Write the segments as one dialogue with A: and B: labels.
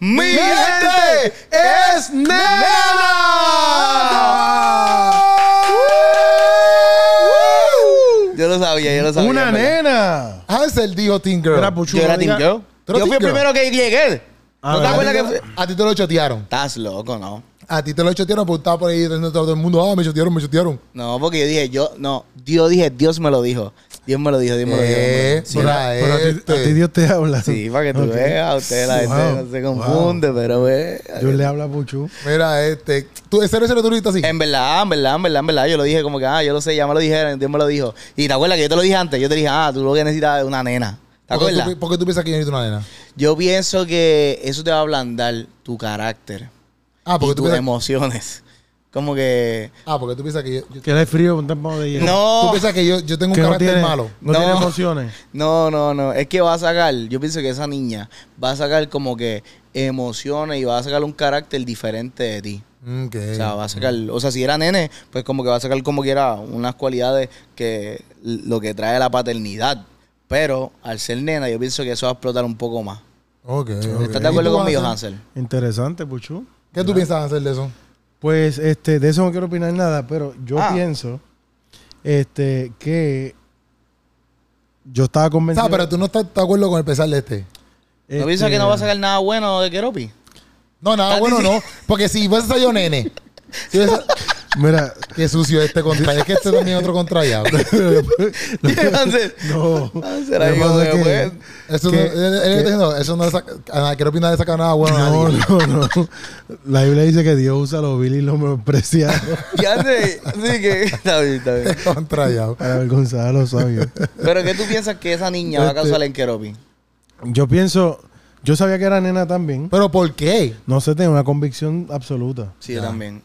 A: Mi gente eh. es nena.
B: Yo lo sabía, yo lo sabía.
A: Una
B: en verdad.
A: nena.
C: Hansel dijo Teen Girl.
A: Era puchu-
B: Yo era Team
A: Diga-
B: Girl.
C: ¿Tú eras
B: Yo fui el
C: Team Girl?
B: primero que llegué.
A: Ah,
B: ¿No te
A: ¿verdad?
B: acuerdas que
C: A ti te-
B: fui-
C: A ti te lo chotearon.
B: Estás loco, ¿no?
C: A ti te lo chotearon porque estaba por ahí diciendo todo el mundo, ah, me chotearon, me chotearon.
B: No, porque yo dije, yo, no, Dios dije, Dios me lo dijo. Dios me lo dijo, Dios me lo dijo.
C: Eh,
A: Pero
C: mira
A: a ti-
C: este.
A: a ti Dios te habla.
B: Sí, para que tú
A: Ok.
B: veas, usted la gente
A: Wow,
B: no se confunde, pero ve.
A: wow. Dios le habla a Puchu.
C: Mira este. Tú, ese eres el turista así.
B: En verdad, en verdad, en verdad, en verdad, yo lo dije como que, ah, yo lo sé, ya me lo dijeron, Dios me lo dijo. Y te acuerdas que yo te lo dije antes, yo te dije, ah, tú lo que necesitas es una nena. ¿Te
C: ¿Por qué
B: acuerdas?
C: tú- ¿Por qué tú piensas que yo necesito una nena?
B: Yo pienso que eso te va a ablandar tu carácter
C: Ah,
B: y
C: porque
B: tus
C: tú piensas,
B: emociones. Como que,
C: ah, porque tú piensas que yo. yo-
A: Que le frío un tampón de hielo.
C: Tú
B: no,
C: piensas que yo, yo tengo un
A: que no
C: carácter
A: tiene,
C: malo.
A: No,
B: No.
A: tiene emociones.
B: no, no, no, es que va a sacar, yo pienso que esa niña va a sacar como que emociones y va a sacar un carácter diferente de ti.
C: Ok.
B: O sea, va a sacar, o sea, si era nene, pues como que va a sacar como quiera unas cualidades que lo que trae la paternidad. Pero al ser nena, yo pienso que eso va a explotar un poco más.
C: Ok, ok.
B: ¿Estás de
C: ¿Y
B: acuerdo
C: tú,
B: conmigo,
C: Hansel?
B: Hansel?
A: Interesante, Puchu.
C: ¿Qué tú piensas hacer de eso?
A: Pues este, de eso no quiero opinar nada, pero yo
B: Ah.
A: pienso este, que yo estaba
C: O
A: convencido.
C: sea, pero tú no estás de acuerdo con el pesar de este.
B: ¿No
A: este,
B: piensas que no va a sacar nada bueno de Keropi?
C: No, nada
B: Estás
C: bueno, no.
B: diciendo-
C: Porque si vas a ser yo nene. Si hubiese-
A: Mira,
C: Qué sucio este contra. Es que este también es otro contrallado.
B: Hansel.
A: no.
B: Hansel, ahí
A: Lo que
B: como
A: pasa es
B: que,
A: que-
B: pues,
C: Eso no,
A: ¿Qué?
C: él, él está diciendo, eso no saca, a Keropi nadie saca nada bueno. a
A: No,
C: nadie.
A: no, no. La Biblia dice que Dios usa a los vil y los menospreciados
B: ya sé, sí que está bien, está bien.
C: Contrallado.
A: para avergonzar a los sabios.
B: Pero ¿qué tú piensas que esa niña va a causar en Keropi?
A: Yo pienso, yo sabía que era nena también.
C: Pero ¿por qué?
A: No sé, tengo una convicción absoluta.
B: Sí, yo también.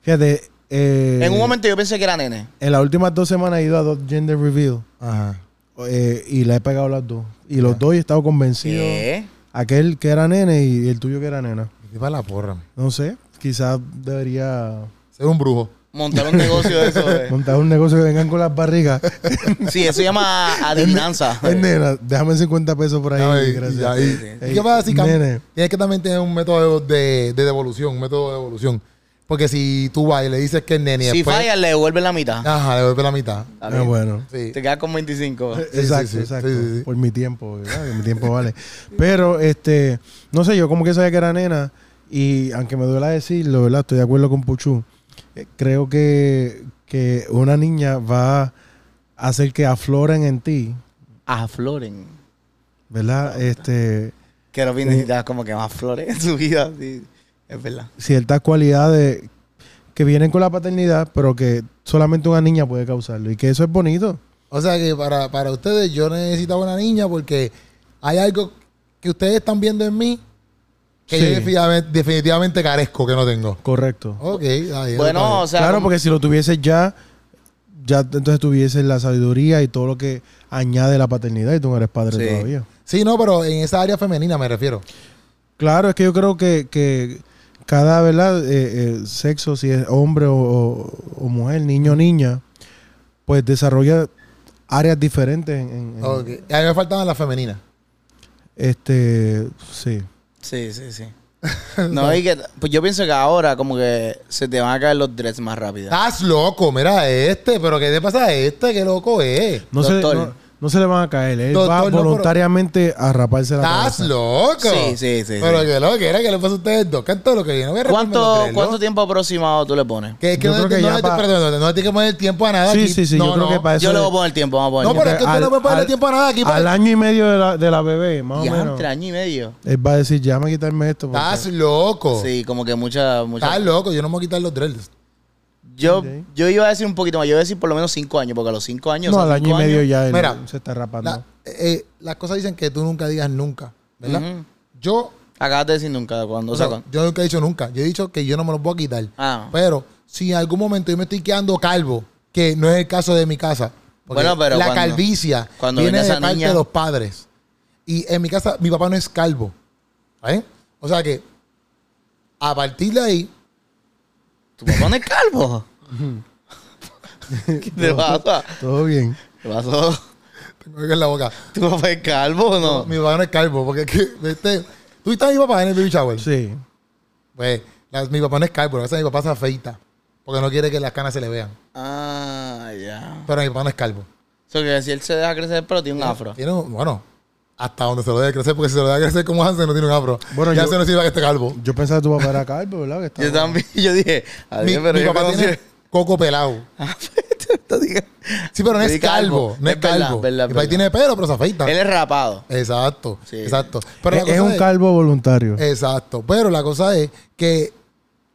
A: Fíjate, eh,
B: En un momento yo pensé que era nene.
A: en las últimas dos semanas he ido a dos gender reveal
C: Ajá.
A: eh, y le he pegado las dos. Y los dos he estado convencido.
B: ¿Qué?
A: Aquel que era nene y el tuyo que era nena.
C: Y para la porra. man.
A: No sé, quizás debería
C: Ser un brujo.
B: Montar un negocio de eso. eh.
A: montar un negocio que vengan con las barrigas.
B: Sí, eso se llama adivinanza.
A: Ay, nena, déjame 50 pesos por ahí.
C: Ay,
A: gracias.
C: y ahí- ¿Y
A: Ey,
C: ¿Qué pasa si cam-
A: nene.
C: Tienes que también tener un método de, de devolución, un método de devolución. Porque si tú vas y le dices que es nene y
B: Si
C: después...
B: fallas, le devuelven la mitad.
C: Ajá, le devuelve la mitad.
B: Está
A: Ah,
B: bien.
A: bueno.
C: Sí.
B: Te quedas con 25.
C: Sí,
A: exacto,
C: sí, sí.
A: exacto.
C: Sí, sí, sí.
A: Por mi tiempo, ¿verdad? Que mi tiempo vale. Pero, este, no sé, yo como que sabía que era nena y aunque me duela decirlo, ¿verdad? Estoy de acuerdo con Puchu. Eh, creo que, que una niña va a hacer que afloren en ti,
B: Ah, Afloren.
A: ¿verdad? Este,
B: Que no necesitas como que más flores en su vida. Sí, es verdad.
A: ciertas cualidades que vienen con la paternidad, pero que solamente una niña puede causarlo. Y que eso es bonito.
C: O sea que para, para ustedes yo necesitaba una niña porque hay algo que ustedes están viendo en mí que
A: Sí.
C: yo definitivamente, definitivamente carezco, que no tengo.
A: Correcto.
C: Ok, ahí
B: Bueno, o sea.
A: claro,
B: como-
A: porque si lo tuvieses ya, ya t- entonces tuvieses la sabiduría y todo lo que añade la paternidad y tú no eres padre
B: Sí.
A: todavía.
C: Sí, no, pero en esa área femenina me refiero.
A: Claro, es que yo creo que, que cada ¿verdad? Eh, eh, sexo, si es hombre o, o- o mujer, niño o niña, pues desarrolla áreas diferentes en, en- en-
B: Oh.
C: Ok. A mí me faltaban las femeninas.
A: este sí.
B: Sí, sí, sí. No, y que. Pues yo pienso que ahora, como que se te van a caer los dreads más rápido.
C: Estás loco, mira este, pero ¿qué te pasa a este? ¿Qué loco es.
A: No se,
B: Doctor.
A: no, no se le van a caer, ¿eh? él
C: Doctor,
A: va
C: no, pero-
A: voluntariamente a raparse la
C: Estás
A: cabeza.
C: loco.
B: Sí, sí, sí,
C: Pero
B: sí.
C: que lo que era que le pasa a ustedes dos. ¿Qué es todo lo que viene? Voy a repetirme
B: ¿Cuánto,
C: los tres, ¿no?
B: ¿Cuánto tiempo aproximado tú le pones?
C: Que es que
A: Yo
C: no,
A: creo que
C: no
A: ya
C: le-
A: pa-
C: perdón, no, no le tienes que poner tiempo a nada.
A: Sí,
C: aquí.
A: sí, sí,
C: No,
A: yo creo
C: no.
A: que para eso
B: Yo le
A: es-
B: voy a poner tiempo, vamos a
C: No,
B: poner
C: pero
B: tiempo.
C: es que usted no puede ponerle tiempo a nada aquí.
A: Al
C: porque-
A: año y medio de la, de la bebé, más o menos.
B: Diantre, año y medio.
A: Él va a decir, ya me quitarme esto. porque-
C: Estás loco.
B: pues. Sí, como que mucha, mucha.
C: Estás loco. Yo no me voy a quitar los dreads.
B: Yo,
A: Ok.
B: yo iba a decir un poquito más, yo iba a decir por lo menos cinco años, porque a los cinco años.
A: no,
B: o sea,
A: al año y
B: cinco
A: medio
B: años-
A: ya él
C: Mira,
A: se está
B: Ah,
A: rapando.
C: La- eh, las cosas dicen que tú nunca digas nunca, ¿verdad?
B: Ujú.
C: Yo,
B: Acabas de decir nunca cuando. O sea,
C: no,
B: cuando-
C: yo nunca he dicho nunca. Yo he dicho que yo no me los voy a quitar.
B: Ah.
C: Pero si en algún momento yo me estoy quedando calvo, que no es el caso de mi casa. porque
B: Bueno, pero
C: la
B: cuando-
C: calvicia
B: cuando
C: viene
B: venga
C: de
B: esa
C: parte
B: niña-
C: de los padres. Y en mi casa, mi papá no es calvo. ¿Saben? O sea que a partir de ahí,
B: ¿Tu papá no es calvo? ¿Qué te pasa?
A: Todo bien.
B: ¿Qué pasó?
C: tengo algo en la boca.
B: ¿Tu papá es calvo o no?
C: Mi papá no es calvo, porque es que, este, ¿Tú viste a mi papá en el baby shower?
A: Sí.
C: Pues la- mi papá no es calvo, lo que pasa es que mi papá se afeita. Porque no quiere que las canas se le vean.
B: Ah, ya.
C: Pero mi papá no es calvo.
B: O sea, que si él se deja crecer, pero tiene un afro.
C: Tiene un- bueno, hasta donde se lo debe crecer, porque si se lo debe crecer como Hansen no tiene un afro.
A: Bueno,
C: ya
A: yo-
C: se nos iba que esté calvo.
A: Yo pensaba que tu papá era calvo, ¿verdad? Que estaba-
B: Yo también, yo dije, adiós,
C: Mi,
B: pero
C: mi
B: yo
C: papá
B: conocí- Ah, pues,
C: tiene coco pelado.
B: Te digo,
C: Sí, pero no
B: Yo
C: es
B: di calvo.
C: calvo. No es,
B: Es verdad,
C: calvo.
B: verdad,
C: mi papá
B: verdad.
C: tiene pelo, pero se afeita.
B: Él es rapado.
C: Exacto.
B: Sí.
C: Exacto. Pero la
A: es, es
C: cosa
A: un
C: es-
A: calvo voluntario.
C: Exacto. Pero la cosa es que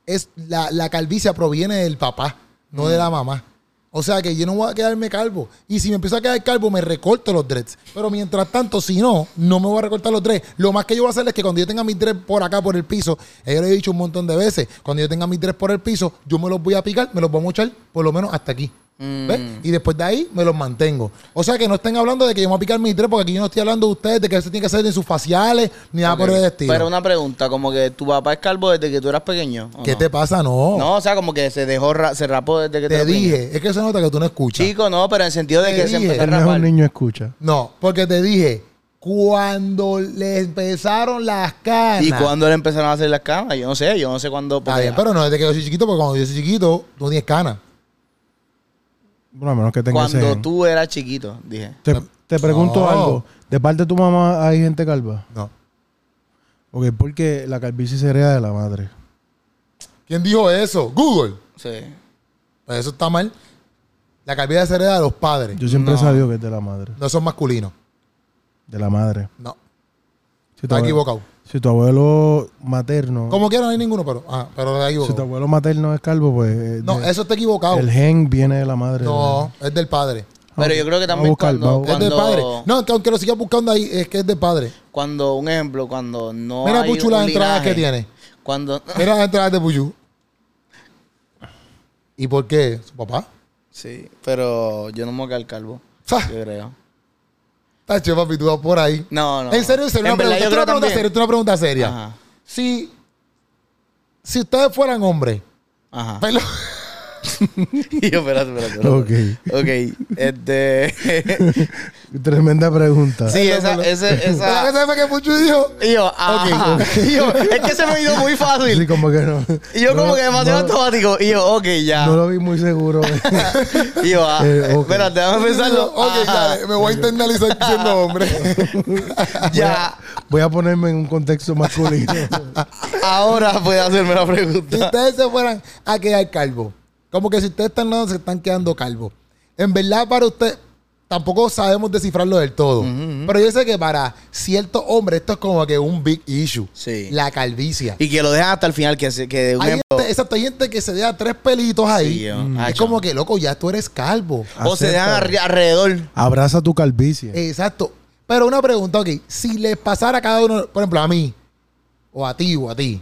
C: es la, la calvicie proviene del papá, no de la
B: Mm.
C: mamá. O sea que yo no voy a quedarme calvo. Y si me empiezo a quedar calvo, me recorto los dreads. Pero mientras tanto, si no, no me voy a recortar los dreads. Lo más que yo voy a hacer es que cuando yo tenga mis dreads por acá, por el piso, eh, yo lo he dicho un montón de veces, cuando yo tenga mis dreads por el piso, yo me los voy a picar, me los voy a mochar por lo menos hasta aquí.
B: Mm.
C: ¿Ves? Y después de ahí me los mantengo. O sea que no estén hablando de que yo me voy a picar mis dreads, porque aquí yo no estoy hablando de ustedes, de que eso tiene que hacer en sus faciales, ni nada
B: Ok.
C: por el estilo.
B: Pero una pregunta, como que tu papá es calvo desde que tú eras pequeño. ¿o
C: ¿Qué
B: no?
C: te pasa? No.
B: No, o sea, como que se dejó, ra- se rapó desde que
C: te
B: era
C: dije.
B: pequeño.
C: Es que se nota que tú no escuchas.
B: Chico, no, pero en el sentido de
C: Te
B: que se
C: dije.
B: empezó a
A: Él no es
B: rapar.
A: un niño escucha.
C: No, porque te dije, cuando le empezaron las canas.
B: ¿Y cuándo le empezaron a hacer las camas? Yo no sé, yo no sé cuándo.
C: Está
B: porque-
C: bien, pero no desde que yo soy chiquito, porque cuando yo soy chiquito, tú no tienes canas.
A: Bueno, a menos que tenga ese
B: cuando
A: gen.
B: tú eras chiquito, dije.
A: Te, te pregunto
C: No.
A: algo. ¿De parte de tu mamá hay gente calva?
C: No.
A: Ok, porque la calvicie se hereda de la madre.
C: ¿Quién dijo eso? Google.
B: Sí.
C: Pues eso está mal. La calvicie se hereda de los padres.
A: Yo siempre
B: No.
A: he sabido que es de la madre.
C: No son masculinos.
A: De la madre.
C: No.
A: Si tu
C: Está
A: abuelo,
C: equivocado.
A: si tu abuelo materno.
C: Como quiera, no hay ninguno, pero. Ah, pero está
A: Si tu
C: equivocado.
A: abuelo materno es calvo, pues. eh,
C: No,
A: de-
C: eso está equivocado.
A: El gen viene de la madre.
C: No, es del padre.
B: Pero yo creo que también
A: Vamos a buscar,
B: cuando,
A: vamos
C: Es del
B: cuando,
C: padre. No, que aunque lo sigas buscando ahí, es que es del padre.
B: cuando, un ejemplo, cuando no
C: Mira,
B: hay
C: Puchu,
B: un
C: las entradas
B: linaje,
C: que tiene.
B: Cuando,
C: Mira las entradas de Puyú. ¿Y por qué? ¿Su papá?
B: sí, pero yo no me voy a quedar calvo,
C: Ah,
B: yo creo.
C: Tacho, papi, tú vas por ahí.
B: No, no.
C: En serio, en serio, una
B: verdad,
C: pregunta,
B: yo
C: esto es
B: creo
C: una pregunta seria, esto es una pregunta seria.
B: Ajá,
C: Si, si ustedes fueran hombres,
B: ajá.
C: perdón,
B: Y yo, espérate, espérate. espérate. Ok, este...
A: Tremenda pregunta.
B: sí, esa, ese,
C: ¿verdad que
B: esa...
C: sabes que Puchu dijo?
B: Y yo, ah, y yo, es que se me ha ido muy
A: Sí,
B: fácil.
A: como que no.
B: Y yo como
A: no-
B: que demasiado
A: no-
B: automático. Y yo, ok, ya.
A: No lo vi muy seguro.
B: Y yo, ah,
A: Eh, ok.
B: espérate, déjame
C: Dijo,
B: pensarlo.
C: Ok,
B: Ajá,
C: dale, me voy a internalizar siendo hombre.
B: ya,
A: Voy a ponerme en un contexto masculino.
B: ahora puede hacerme la
C: si
B: pregunta.
C: ustedes se fueran a quedar calvo, como que si ustedes están no, se están quedando calvos. En verdad, para usted, tampoco sabemos descifrarlo del todo. Pero yo sé que para ciertos hombres, esto es como que un big issue.
B: Sí.
C: La calvicia.
B: Y que lo dejan hasta el final, que, se- que de un
C: Hay
B: ejemplo-
C: gente, exacto, hay gente que se deja tres pelitos ahí.
B: Sí, yo.
C: Mm. es
B: Hacho.
C: como que, loco, ya tú eres calvo.
B: O se dejan
A: Acéptalo.
B: arri- alrededor.
A: Abraza tu calvicie.
B: Eh.
C: Exacto. Pero una pregunta, ok. Si les pasara a cada uno, por ejemplo, a mí, o a ti, o a ti,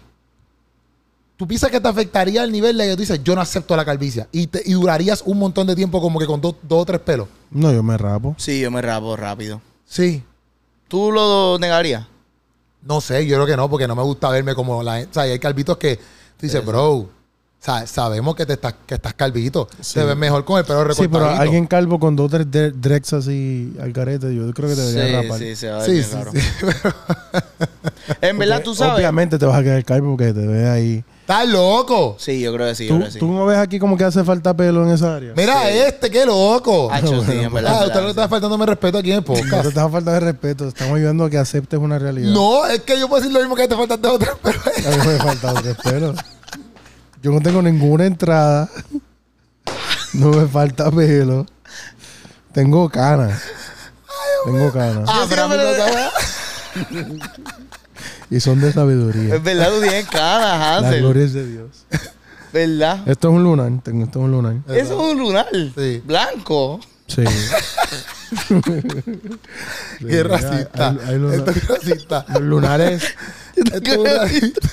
C: ¿tú piensas que te afectaría el nivel de que tú dices, yo no acepto la calvicie? Y, te- y durarías un montón de tiempo como que con dos dos o tres pelos.
A: No, yo me rapo.
B: Sí, yo me rapo rápido.
C: Sí.
B: ¿Tú lo negarías?
C: No sé, yo creo que no, porque no me gusta verme como la gente. O sea, hay calvitos que tú dices, bro, sa- sabemos que, te estás, que estás calvito. Te ves mejor con el pelo
A: Sí,
C: recortadito.
A: pero alguien calvo con dos tres dre- dreads así al carete, yo creo que debería
B: sí,
A: rapar. Eh,
B: sí, se va a ver
C: Sí,
B: bien
C: sí,
B: raro.
C: sí.
B: En verdad,
A: Porque
B: tú sabes.
A: Obviamente te vas a quedar calvo porque te ves ahí.
C: ¡Estás loco!
B: Sí, yo creo que sí. yo
A: ¿Tú,
B: creo que sí.
A: tú no ves aquí como que hace falta pelo en esa área?
C: Mira este, qué loco.
B: Hacho, sí, en verdad,
C: Ah,
B: en
C: usted
B: verdad,
C: le está faltándome respeto aquí en el
A: No te
C: podcast.
A: estás falta de respeto, estamos ayudando a que aceptes una realidad.
C: No, es que yo puedo decir lo mismo que te faltaste otra, pero
A: A mí me faltan tres pelos. Yo no tengo ninguna entrada. No me falta pelo. Tengo canas. Tengo canas.
B: Ah, pero a mí no-
A: Y son de
B: Es
A: sabiduría.
B: verdad, tú tienes cara,
A: La
B: Hansel.
A: gloria es de Dios.
B: ¿Verdad?
A: Esto es un lunar. Tengo, esto es un lunar.
B: Eso es un lunar.
C: Sí.
B: Blanco.
A: Sí.
C: Qué racista.
A: Hay- hay lunar-
C: Esto es racista.
A: Los lunares.
C: Esto es un racista.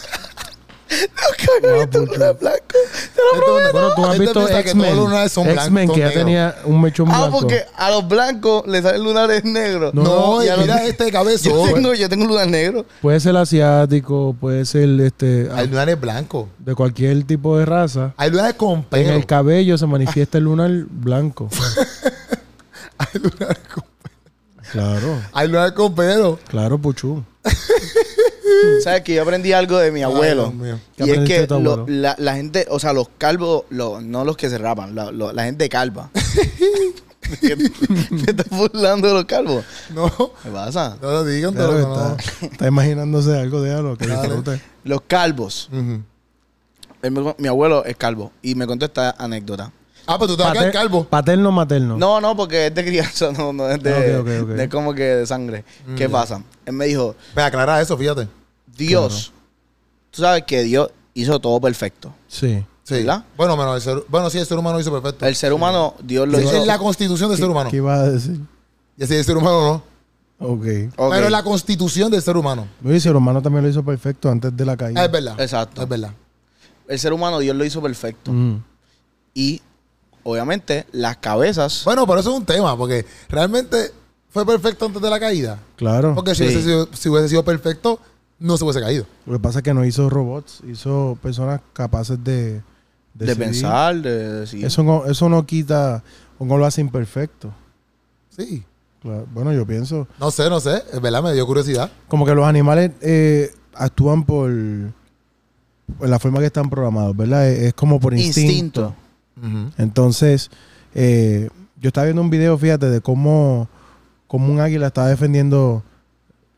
A: no, pucho.
B: Blanco.
C: Esto es un-
A: Bueno, tú has
C: Este
A: visto
C: piensa que todos los lunares son
A: X-Men. X-Men
C: blancos,
A: que ya
C: son negros.
A: tenía un mechón blanco.
B: Ah, porque a los blancos les salen lunares negros.
A: No,
C: No,
B: y a
C: y
B: los-
C: mira este
B: Yo
C: cabezón.
B: tengo, yo tengo un lunar negro.
A: Puede ser asiático, puede ser este
C: Hay lunares blancos.
A: de cualquier tipo de raza.
C: Hay lunares con
A: En
C: pelo.
A: el cabello se manifiesta el lunar blanco.
C: Hay lunares con,
A: Claro,
C: hay lunares con pelo.
A: claro, Puchu.
B: ¿Sabes que yo aprendí algo de mi abuelo?
C: Dios mío.
A: ¿Qué
B: y es
A: aprendiste
B: que
A: de tu
B: lo-
A: abuelo?
B: la, la gente, o sea, los calvos, los- no los que se rapan, la, lo- la gente calva. ¿Te estás burlando de los calvos?
C: No,
B: ¿Qué pasa?
C: no lo digan,
A: Claro
C: pero
A: que
C: no.
A: está, está imaginándose algo de algo que
C: Dale.
A: disfrute.
B: Los calvos.
A: Ujú.
B: Él me- mi abuelo es calvo y me contó esta anécdota.
C: Ah, pero tú te vas a quedar
A: Pater-
C: calvo.
A: Paterno o materno.
B: No, no, porque es de crianza, no, no es de,
A: Ah, ok, ok, ok.
B: de como que de sangre. ¿Qué pasa? Él me dijo,
C: Pues aclara eso, fíjate.
B: Dios, tú sabes que Dios hizo todo perfecto.
A: Sí.
C: Sí.
B: ¿Verdad?
C: Bueno, menos el ser, bueno, sí, el ser humano lo hizo perfecto.
B: El ser humano, Dios lo
C: Sí,
B: hizo.
C: es la constitución del ser humano.
A: ¿Qué iba a decir?
C: Y así el ser humano no.
A: Ok.
B: Ok.
C: Pero es la constitución del ser humano.
A: Lo dice, el humano también lo hizo perfecto antes de la
C: Ah,
A: caída.
C: es verdad.
B: Exacto.
C: Es verdad.
B: El ser humano, Dios lo hizo perfecto.
A: Mm.
B: Y obviamente las cabezas.
C: Bueno, pero eso es un tema, porque realmente fue perfecto antes de la caída.
A: Claro.
C: Porque
B: Sí.
C: si, hubiese sido, si hubiese sido perfecto, no se hubiese caído.
A: Lo que pasa es que no hizo robots, hizo personas capaces de...
B: de
A: decidir.
B: pensar, de decir.
A: Eso no, eso no quita, o no lo hace imperfecto.
C: Sí.
A: Claro. Bueno, yo pienso,
C: No sé, no sé. Es verdad, me dio curiosidad.
A: como que los animales eh, actúan por, por la forma que están programados, ¿verdad? Es, es como por instinto.
B: instinto.
A: Entonces, eh, yo estaba viendo un video, fíjate, de cómo, cómo un águila estaba defendiendo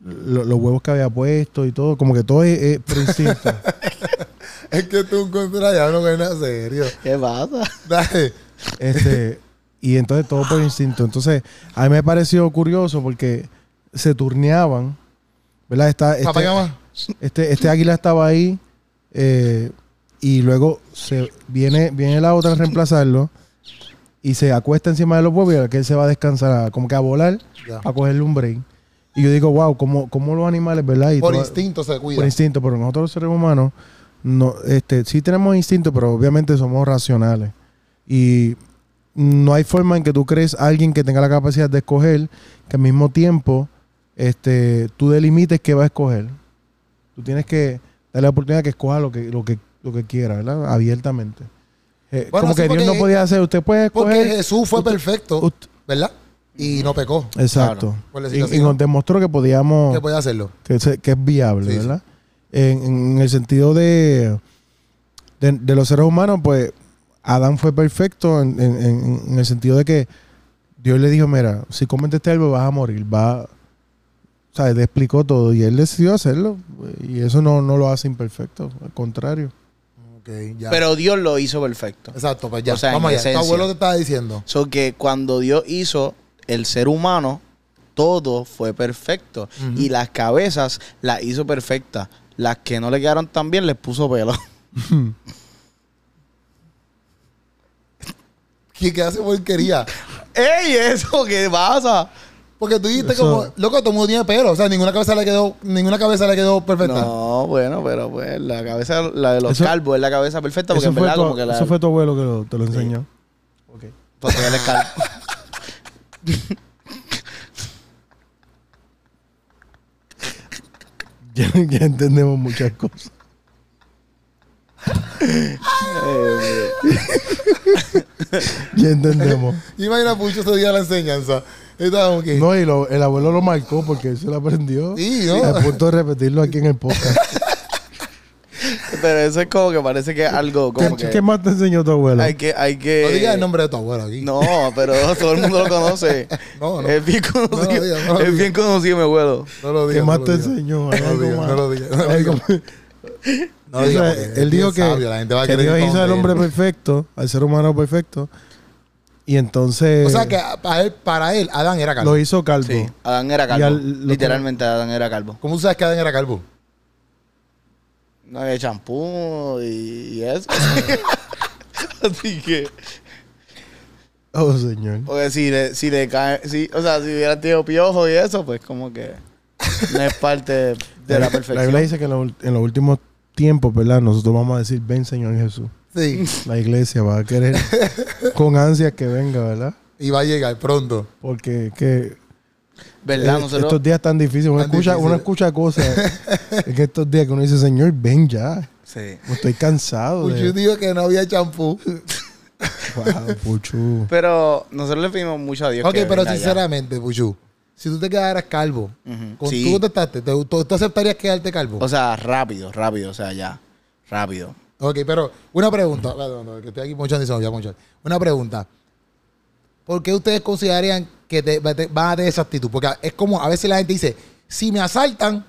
A: lo- los huevos que había puesto y todo. Como que todo es, es por instinto.
C: Es que tú encuentras ya no que nada serio.
B: ¿Qué pasa?
C: Dale.
A: Este, y entonces todo por instinto. Entonces, a mí me pareció curioso porque se turneaban, ¿verdad? Está, este,
C: Papá y mamá.
A: este, este águila estaba ahí eh, y luego se viene, viene la otra a reemplazarlo y se acuesta encima de los huevos y aquel se va a descansar, a- como que a volar,
C: Ya.
A: a cogerle un break. Y yo digo, wow, como, como los animales, ¿verdad? Y
C: Por
A: toda-
C: instinto se cuida.
A: por instinto, pero nosotros los seres humanos no, este, sí tenemos instinto, pero obviamente somos racionales. Y no hay forma en que tú crees a alguien que tenga la capacidad de escoger que al mismo tiempo este, tú delimites qué va a escoger. Tú tienes que darle la oportunidad de que escoja lo que, lo que, lo que quiera, ¿verdad? Abiertamente. Eh,
C: Bueno,
A: como
C: sí,
A: que Dios
C: porque-
A: no podía hacer, usted puede
C: Porque
A: escoger.
C: Jesús fue perfecto,
A: Ut-
C: ¿verdad? Y no pecó.
A: Exacto.
C: por decirlo
A: y,
C: así,
A: y
C: ¿no?
A: nos demostró que podíamos
C: Que podía hacerlo.
A: que, se- que es viable,
C: Sí, sí.
A: ¿verdad? En, en el sentido de, de, de los seres humanos, pues Adán fue perfecto en, en- en- en el sentido de que Dios le dijo, mira, si comes de este árbol vas a morir, va... O sea, él le explicó todo y él decidió hacerlo. Y eso no, no lo hace imperfecto, al contrario.
C: Ok, ya.
B: Pero Dios lo hizo perfecto.
C: Exacto, pues ya.
B: O sea, en
C: Vamos allá.
B: esencia.
C: Tu abuelo te estaba diciendo.
B: So que cuando Dios hizo el ser humano, todo fue perfecto. Y las cabezas las hizo perfectas. Las que no le quedaron tan bien les puso pelo.
C: ¿Qué, qué hace porquería?
B: ¡Ey, eso! ¿Qué pasa?
C: Porque tú dijiste
A: Eso-
C: como, loco, todo el mundo tiene pelo. O sea, ninguna cabeza le quedó, ninguna cabeza le quedó perfecta.
B: No, bueno, pero pues la cabeza, la de los
A: Eso-
B: calvos es la cabeza perfecta porque
A: Eso
B: en
A: fue,
B: verdad
A: tu,
B: como que la...
A: eso fue tu abuelo que lo- te lo enseñó.
B: porque él es calvo.
A: Ya, ya entendemos muchas cosas.
B: Eh,
A: ya entendemos.
C: Imagina Pucho ese día pues, la enseñanza. Estaba como que.
A: No, y lo- el abuelo lo marcó porque él se lo aprendió.
C: Sí, ¿no?
A: Al punto de repetirlo aquí en el podcast.
B: Pero eso es como que parece que es algo como
A: ¿Qué,
B: que...
A: qué más te enseñó tu abuelo?
B: Hay que... Hay que
C: No digas el nombre de tu abuelo aquí.
B: eh, No, eh, pero todo el mundo lo conoce.
C: No, no.
B: Es bien conocido.
C: No lo digas, no lo
B: es
C: digas.
B: bien conocido mi abuelo.
C: No lo
A: ¿Qué
C: digas.
A: más
C: no lo
A: te
C: digas.
A: enseñó?
C: No lo
A: Algo
C: digas,
A: más.
C: no lo digas. No lo
A: Algo
C: digas.
A: más.
C: No lo digas,
A: O sea,
C: porque
A: él
C: es
A: dijo
C: bien
A: que,
C: sabio, la gente va a
A: que
C: creer
A: Dios
C: todo
A: hizo
C: de
A: al
C: él.
A: hombre perfecto, al ser humano perfecto, y entonces
C: O sea, que a- para él, para él, Adán era calvo.
A: lo hizo calvo.
B: Sí, Adán era
A: Y
B: calvo.
A: al- lo-
B: Literalmente Adán era calvo.
C: ¿Cómo tú sabes que Adán era calvo?
B: No había champú y, y eso. Así que,
A: Oh, señor.
B: porque si le, si le cae, si, o sea, si hubiera tenido piojo y eso, pues como que no es parte de la
A: La Biblia
B: perfección.
A: dice que en, los- en los últimos tiempos, ¿verdad? Nosotros vamos a decir, ven Señor Jesús.
C: Sí.
A: La iglesia va a querer con ansia que venga, ¿verdad?
C: Y va a llegar pronto.
A: Porque es que
B: ¿Verdad?
A: eh,
B: Nosotros,
A: estos días tan difíciles, uno,
C: Tan
A: escucha, uno
C: difíciles.
A: escucha cosas en estos días que uno dice, Señor, ven ya.
B: sí.
A: Estoy cansado.
C: Puchu
A: De...
C: dijo que no había champú.
A: Wow, Puchu.
B: Pero nosotros le pedimos mucho a Dios.
C: Ok,
B: que
C: pero
B: venga ya.
C: sinceramente, Puchu, si tú te quedaras calvo,
B: Ujú.
C: con-
B: Sí.
C: tú contestaste, ¿te, tú, tú aceptarías quedarte calvo?
B: O sea, rápido, rápido, o sea, ya. Rápido.
C: Ok, pero una pregunta. Espérate, espérate, que estoy aquí ponchando y se me olvidó ponchar. Una pregunta. ¿Por qué ustedes considerarían que te- te- van a tener esa actitud? Porque es como a veces la gente dice, si me asaltan,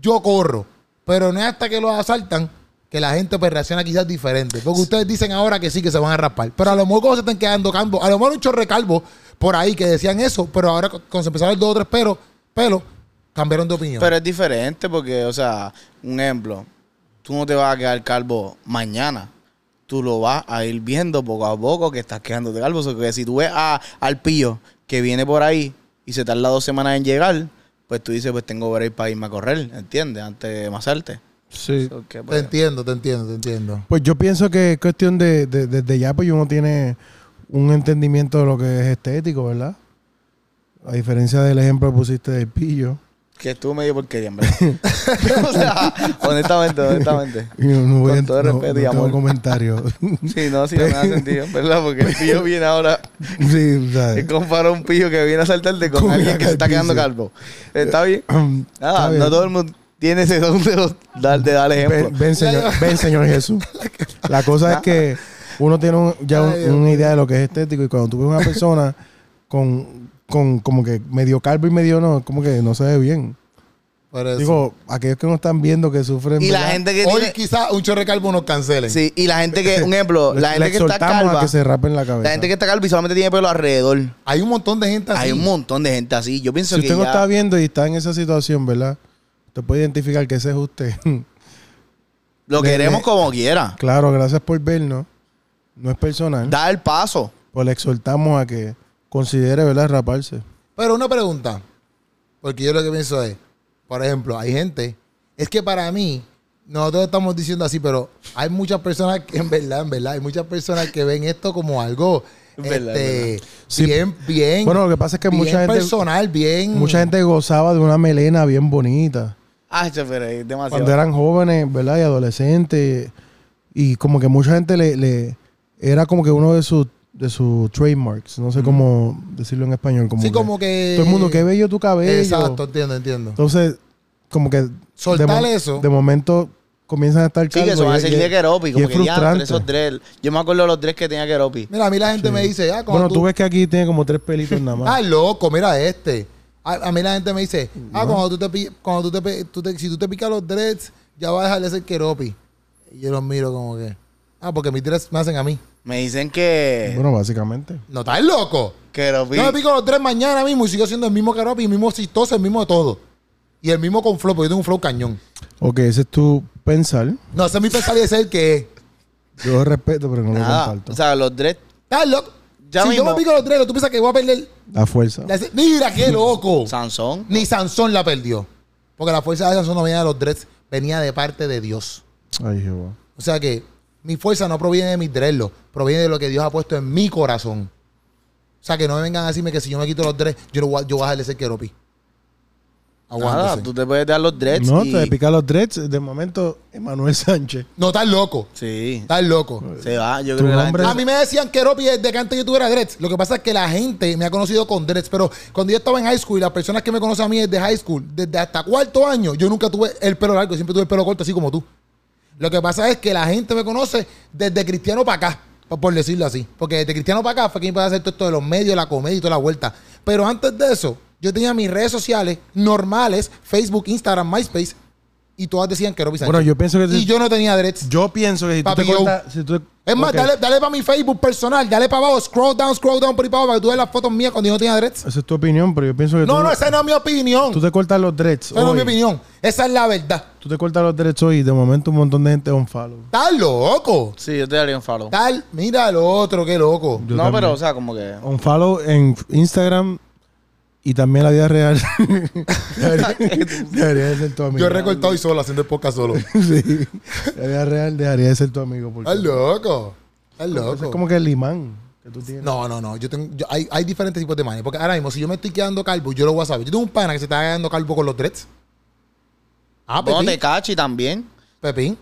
C: yo corro. Pero no es hasta que los asaltan que la gente pues, reacciona quizás diferente. Porque ustedes dicen ahora que sí, que se van a raspar. Pero a lo mejor cuando se están quedando calvos, a lo mejor un chorre calvo por ahí que decían eso, pero ahora cu- cuando se empezaron a ver dos o tres pelos, pelos, cambiaron de opinión.
B: Pero es diferente porque, o sea, un ejemplo, tú no te vas a quedar calvo mañana. Tú lo vas a ir viendo poco a poco que estás quedándote calvo. O sea, que si tú ves a- al pillo que viene por ahí y se tarda dos semanas en llegar, pues tú dices, pues tengo que ir para irme a correr, ¿entiendes? Antes de masarte.
A: Sí.
B: So, que,
C: te
B: pues,
C: entiendo, te entiendo, te entiendo.
A: Pues yo pienso que es cuestión de, de- desde ya, pues uno tiene un entendimiento de lo que es estético, ¿verdad? A diferencia del ejemplo que pusiste del pillo.
B: que estuvo medio porquería, en verdad. o sea, honestamente, honestamente.
A: Yo no voy
B: Con
A: a-
B: todo
A: no-
B: respeto
A: no
B: y
A: tengo
B: amor.
A: comentario.
B: Sí, no, sí, no me ha sentido, en ¿verdad? Porque el pillo viene ahora
A: sí, o sea,
B: y compara un pillo que viene a saltarte con
A: Con
B: alguien
A: la
B: que se está quedando
A: calvicie.
B: calvo. ¿Está bien? Nada,
A: está bien.
B: Ah, no todo el mundo tiene ese don de, los- dar- de dar ejemplo.
A: Ven, ven, señor, ven, señor Jesús. La cosa es que uno tiene un- ya un-
C: Ay, Dios
A: una idea de lo que es estético y cuando tú ves una persona con, con como que medio calvo y medio no, como que no se ve bien.
C: Por eso.
A: Digo, aquellos que no están viendo que sufren...
B: y la
A: ¿verdad?
B: gente que
C: Hoy
B: tiene-
C: quizás un chorre calvo nos cancelen.
B: sí, y la gente que, un ejemplo,
A: Le-
B: la gente
A: le
B: que está
A: exhortamos
B: calva,
A: a que se rapen la cabeza.
B: la gente que está calva y solamente tiene pelo alrededor.
C: Hay un montón de gente así.
B: Hay un montón de gente así. Yo pienso
A: si
B: que
A: usted no
B: ya-
A: está viendo y está en esa situación, ¿verdad? Usted puede identificar que ese es usted.
B: lo
A: le-
B: queremos
A: le-
B: como quiera.
A: claro, gracias por vernos. No es personal.
B: Da el paso.
A: Pues le exhortamos a que considere, ¿verdad? Raparse.
C: Pero una pregunta, porque yo lo que pienso es, por ejemplo, hay gente, es que para mí, nosotros estamos diciendo así, pero hay muchas personas que, en verdad, en verdad, hay muchas personas que ven esto como algo
B: Es verdad,
C: este,
B: es
A: Sí.
C: bien, bien,
A: Bueno, lo que pasa es que
C: bien
A: mucha gente,
C: personal,
B: Mm.
C: bien.
A: mucha gente gozaba de una melena bien bonita.
B: Ah, pero es demasiado.
A: Cuando eran jóvenes, ¿verdad? Y adolescentes. Y como que mucha gente le, le- era como que uno de sus de sus trademarks. No
B: Mm.
A: sé cómo decirlo en español. Como
C: sí,
A: que-
C: como que.
A: Todo el mundo, qué bello tu cabello.
C: Exacto, entiendo, entiendo.
A: Entonces, como que.
C: Soltar
A: de mo-
C: eso.
A: De momento comienzan a estar
B: Sí, que
A: calvos
B: eso va a
A: y-
B: ser
A: y-
B: de Keropi.
A: y
B: Como
A: es
B: que diantre,
A: frustrante.
B: esos tres. Yo me acuerdo de los tres que tenía Keropi.
C: Mira, a mí la gente
A: Sí.
C: me dice, ah, cuando
A: Bueno, tú ves que aquí tiene como tres pelitos nada más.
C: Ah, loco, mira este. A, a mí la gente me dice, ah, cuando tú te, pi- cuando tú te, pe- tú te- si tú te picas los dreads, ya va a dejar de ser keropi. Y yo los miro como que, ah, porque mis dreads me hacen a mí.
B: Me dicen que.
A: Bueno, básicamente.
C: No, estás loco.
B: Keropi.
C: Yo me pico los dreads mañana mismo y sigo siendo el mismo keropi, el mismo cistoso, el mismo de todo. Y el mismo con flow, porque yo tengo un flow cañón.
A: Ok, ese es tu pensar.
C: No, ese es mi pensar y ese es el que es.
A: Yo lo respeto, pero no
B: Nada.
A: lo comparto.
B: O sea, los tres.
C: ¿Estás loco?
B: Ya
C: si yo
B: mismo.
C: me pico los dreads, tú piensas que voy a perder.
A: La fuerza.
C: la- Mira, qué loco.
B: Sansón.
C: Ni Sansón la perdió. Porque la fuerza de Sansón no venía de los dreads, venía de parte de Dios.
A: Ay, Jehová.
C: O sea que mi fuerza no proviene de mis dreadlocks, proviene de lo que Dios ha puesto en mi corazón. O sea que no me vengan a decirme que si yo me quito los dreads, yo, no voy, a- yo voy a dejar de ser queropi.
B: Nada,
C: Aguántese.
B: tú te puedes dar los dreads.
A: No,
B: y-
A: te pica los dreads. De momento, Emanuel Sánchez.
C: No, estás loco.
B: Sí.
C: Estás loco.
B: Se va, yo
A: Tu
B: creo que la
A: nombre-
B: gente-
C: A mí me decían queropi desde que antes yo tuviera dreads. Lo que pasa es que la gente me ha conocido con dreads, pero cuando yo estaba en high school y las personas que me conocen a mí desde high school, desde hasta cuarto año, yo nunca tuve el pelo largo, siempre tuve el pelo corto, así como tú. Lo que pasa es que la gente me conoce desde cristiano para acá, por- por decirlo así. Porque desde cristiano para acá fue que empecé a hacer todo esto de los medios, la comedia y toda la vuelta. Pero antes de eso, yo tenía mis redes sociales normales, Facebook, Instagram, MySpace, y todas decían que
A: Bueno, yo pienso que.
C: Y yo no tenía dreads.
A: yo pienso que si tú
C: Papi,
A: te
C: yo-
A: cortas. si tú-
C: Es más,
A: ok.
C: dale, dale para mi Facebook personal, dale para abajo, scroll down, scroll down por ahí para abajo para que tú veas las fotos mías cuando yo no tenía dreads.
A: Esa es tu opinión, pero yo pienso que.
C: No,
A: tú,
C: no, esa no es mi opinión.
A: tú te cortas los dreads.
C: Esa no es mi
A: hoy.
C: opinión. Esa es la verdad.
A: Tú te cortas los derechos y de momento un montón de gente on follow.
C: Estás loco.
B: Sí, yo te daría un follow.
C: Tal, mira al otro, qué loco.
A: Yo
B: no,
A: también.
B: pero, o sea, como que.
A: On follow en Instagram y también la vida real. dejaría, dejaría de ser tu amigo.
C: Yo he recortado y solo haciendo el podcast solo.
A: Sí. La vida real dejaría de ser tu amigo. Porque
C: Estás loco. Estás
A: ese es
C: loco.
A: como que el imán que tú tienes.
C: No, no, no. Yo tengo, yo- hay, hay diferentes tipos de manes. Porque ahora mismo, si yo me estoy quedando calvo, yo lo voy a saber. Yo tengo un pana que se está quedando calvo con los dreads. Ah,
B: Bueno, te
C: Pepín.
B: cachi también.
C: Pepín.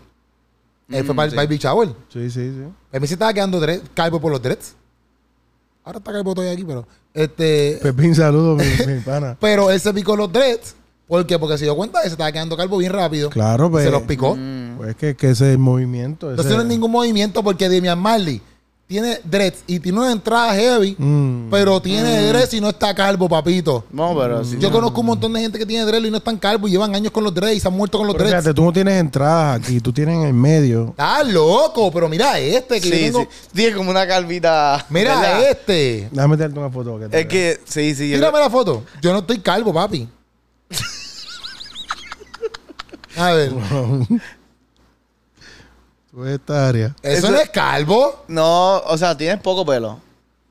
C: Él fue
B: Mm,
C: para el
B: sí.
C: Baby Shower.
A: Sí, sí, sí.
C: A mí se estaba quedando dre- calvo por los dreads. Ahora está calvo todavía aquí, pero. Este.
A: Pepín, Pues, saludo, mi, mi pana.
C: Pero él se picó los dreads. ¿Por qué? Porque se dio cuenta que se estaba quedando calvo bien rápido.
A: Claro, pues.
C: Se los picó.
B: Mm,
A: Pues que, que ese movimiento.
C: Entonces
A: ese-
C: no es ningún movimiento porque Demian Marley tiene dreads y tiene una entrada heavy,
A: Mm.
C: pero tiene dreads y no está calvo, papito.
B: No, pero sí.
C: Yo conozco un montón de gente que tiene dreads y no están calvos y llevan años con los dreads y se han muerto con los
A: Pero
C: dreads.
A: fíjate, tú no tienes entradas aquí, tú tienes en el medio.
C: Está loco, pero mira este que yo
B: Sí,
C: tengo-
B: sí. Tiene como una calvita.
C: Mira
B: ¿verdad?
C: este.
A: Déjame darte una foto. Que te
B: Es que, sí, sí. yo-
C: Tírame la foto. Yo no estoy calvo, papi. A ver,
A: Tú ves esta área.
C: eso,
B: Eso-
C: no es calvo.
B: No, o sea, tienes poco pelo.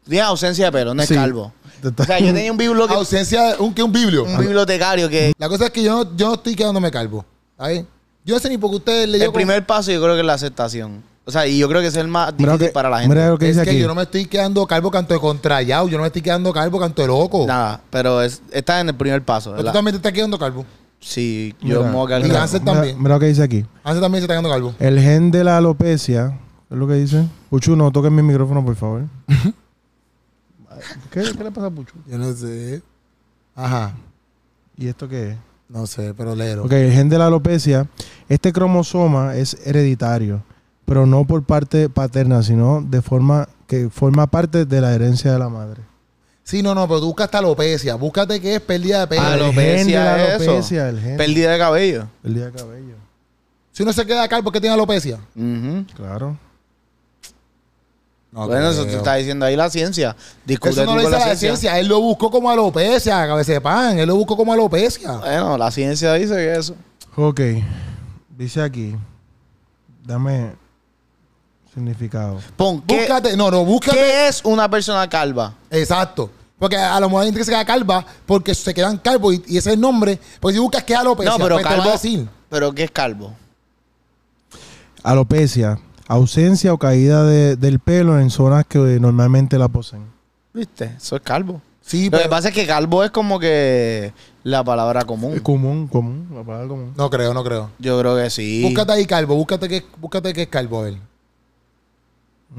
B: Tienes ausencia de pelo, no es
A: Sí.
B: calvo.
A: Te está-
B: O sea, yo tenía un, bibloque-
C: Ausencia, un, que un biblio.
B: un bibliotecario que
C: La cosa es que yo no, yo no estoy quedándome calvo. ¿Está bien? Yo no sé ni por qué ustedes le
B: el primer paso yo creo que es la aceptación. O sea, y yo creo que ese es el más difícil
A: Mira lo que,
B: para la gente.
A: mira lo que
C: es
A: dice
C: que
A: aquí.
C: yo no me estoy quedando calvo canto de contrayado. Yo no me estoy quedando calvo canto de loco.
B: Nada, pero es, está en el primer paso,
C: Pero tú
B: ¿verdad?
C: también te estás quedando calvo.
B: Sí, yo
A: Mira,
B: me voy a quedar
C: Y
B: calvo.
C: Hansel
A: mira-
C: también.
A: mira lo que dice aquí.
C: Hansel también se está quedando calvo.
A: El gen de la alopecia, es lo que dice. Puchu, no toques mi micrófono, por favor. ¿Qué, qué le pasa a Puchu?
C: Yo no sé. Ajá.
A: ¿Y esto qué es?
C: No sé, pero lero.
A: Ok, el gen de la alopecia. Este cromosoma es hereditario, pero no por parte paterna, sino de forma que forma parte de la herencia de la madre.
C: Sí, no, no, pero tú busca hasta alopecia. Búscate que es pérdida de pelo.
A: Ah, lo-
B: Alopecia
A: gen de la
B: es eso.
A: alopecia, el gen.
B: Pérdida de cabello.
A: El día de cabello.
C: Si uno se queda calvo, ¿por qué tiene alopecia?
B: Ujú.
A: Claro.
C: No
B: Bueno, eso te
C: creo.
B: está diciendo ahí la ciencia. Discute
C: Eso no
B: tú
C: lo
B: con
C: dice
B: la
C: la
B: ciencia.
C: ciencia. Él lo buscó como alopecia, cabeza de pan. Él lo buscó como alopecia.
B: Bueno, la ciencia dice que eso.
A: Ok, dice aquí. Dame significado.
B: Pon, ¿qué,
C: Búscate, no, no, búscate.
B: qué es una persona calva?
C: Exacto. Porque a lo mejor hay gente que se queda calva porque se quedan calvos y, y ese es el nombre. Porque si buscas que es alopecia,
B: No, pero
C: pues te va
B: calvo.
C: a decir.
B: ¿Pero qué es calvo?
A: Alopecia, ausencia o caída de- del pelo en zonas que normalmente la poseen.
B: ¿Viste? Eso es calvo.
C: Sí,
B: Lo que
C: pero.
B: pasa es que calvo es como que la palabra común.
A: Es común, común, la palabra común.
C: No creo, no creo.
B: Yo creo que sí.
C: Búscate ahí calvo, búscate que, búscate que es calvo él.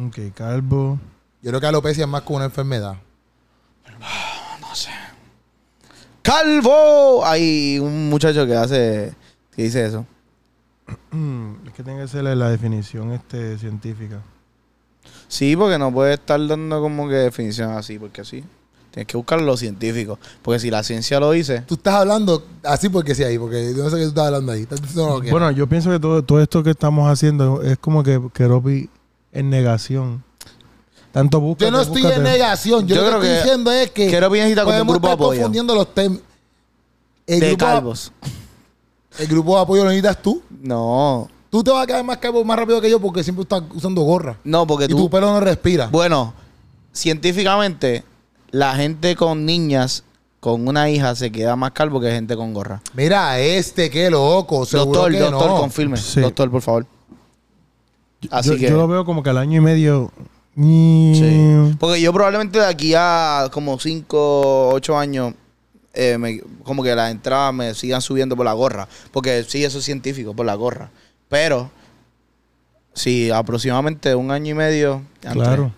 A: Ok, calvo.
C: Yo creo que alopecia es más como una enfermedad.
B: No sé. ¡Calvo! Hay un muchacho que hace. que dice eso.
A: Mm, es que tiene que ser la definición este, científica.
B: Sí, porque no puede estar dando como que definición así, porque así. Tienes que buscar lo científico. Porque si la ciencia lo dice.
C: Tú estás hablando así porque sí ahí, porque yo no sé qué tú estás hablando ahí. Estás diciendo lo que-
A: Bueno, yo pienso que todo, todo esto que estamos haciendo es como que Keropi en negación. Tanto busca.
C: yo no estoy en negación. Yo,
B: Yo
C: lo que
B: creo
C: estoy
B: que-
C: diciendo es que.
B: Quiero bien agitar como un
C: podemos
B: grupo de
C: estar
B: apoyo.
C: confundiendo los temas. El,
B: De
C: grupo de-
B: calvos.
C: el grupo de apoyo lo necesitas tú.
B: No.
C: Tú te vas a quedar más calvo más rápido que yo porque siempre estás usando gorra.
B: No, porque
C: Y
B: tú.
C: tu pelo no respira.
B: Bueno, científicamente, la gente con niñas, con una hija, se queda más calvo que gente con gorra.
C: Mira este, qué loco. Seguro
B: doctor,
C: que
B: doctor,
C: no.
B: confirme.
A: Sí.
B: Doctor, por favor. Así
A: yo,
B: que.
A: yo lo veo como que al año y medio. Mm,
B: Sí. Porque yo probablemente de aquí a como 5, 8 años, eh, me- como que las entradas me sigan subiendo por la gorra. Porque sí, eso es científico, por la gorra. Pero, si aproximadamente un año y medio. ya entré.
A: Claro.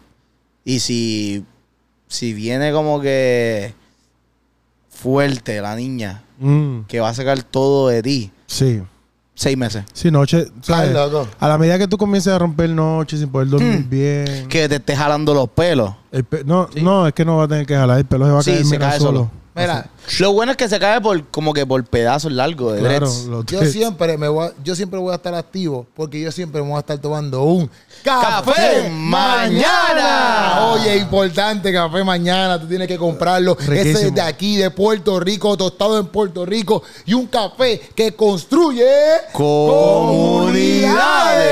B: Y si, si viene como que fuerte la niña,
A: Mm,
B: que va a sacar todo de ti,
A: sí.
B: seis meses.
A: Sí, noche.
C: Ay,
A: ¿sabes?
C: loco. Mm.
A: A la medida que tú comiences a romper noche sin poder dormir bien.
B: Que te esté jalando los pelos.
A: el pe- no, no, es que no va a tener que jalar. El pelo se va a
B: Sí,
A: caer
B: se
A: mira,
B: cae
A: solo.
B: solo.
C: Mira,
B: Lo bueno es que se cae por como que por pedazos largos de
A: Claro,
B: dreads.
A: lo-
C: yo siempre, me voy a- yo siempre voy a estar activo porque yo siempre me voy a estar tomando un café,
B: Café mañana.
C: mañana. Oye, importante, café mañana. Tú tienes que comprarlo.
A: Riquísimo.
C: Ese es de aquí, de Puerto Rico, tostado en Puerto Rico. Y un café que construye
B: Comunidades.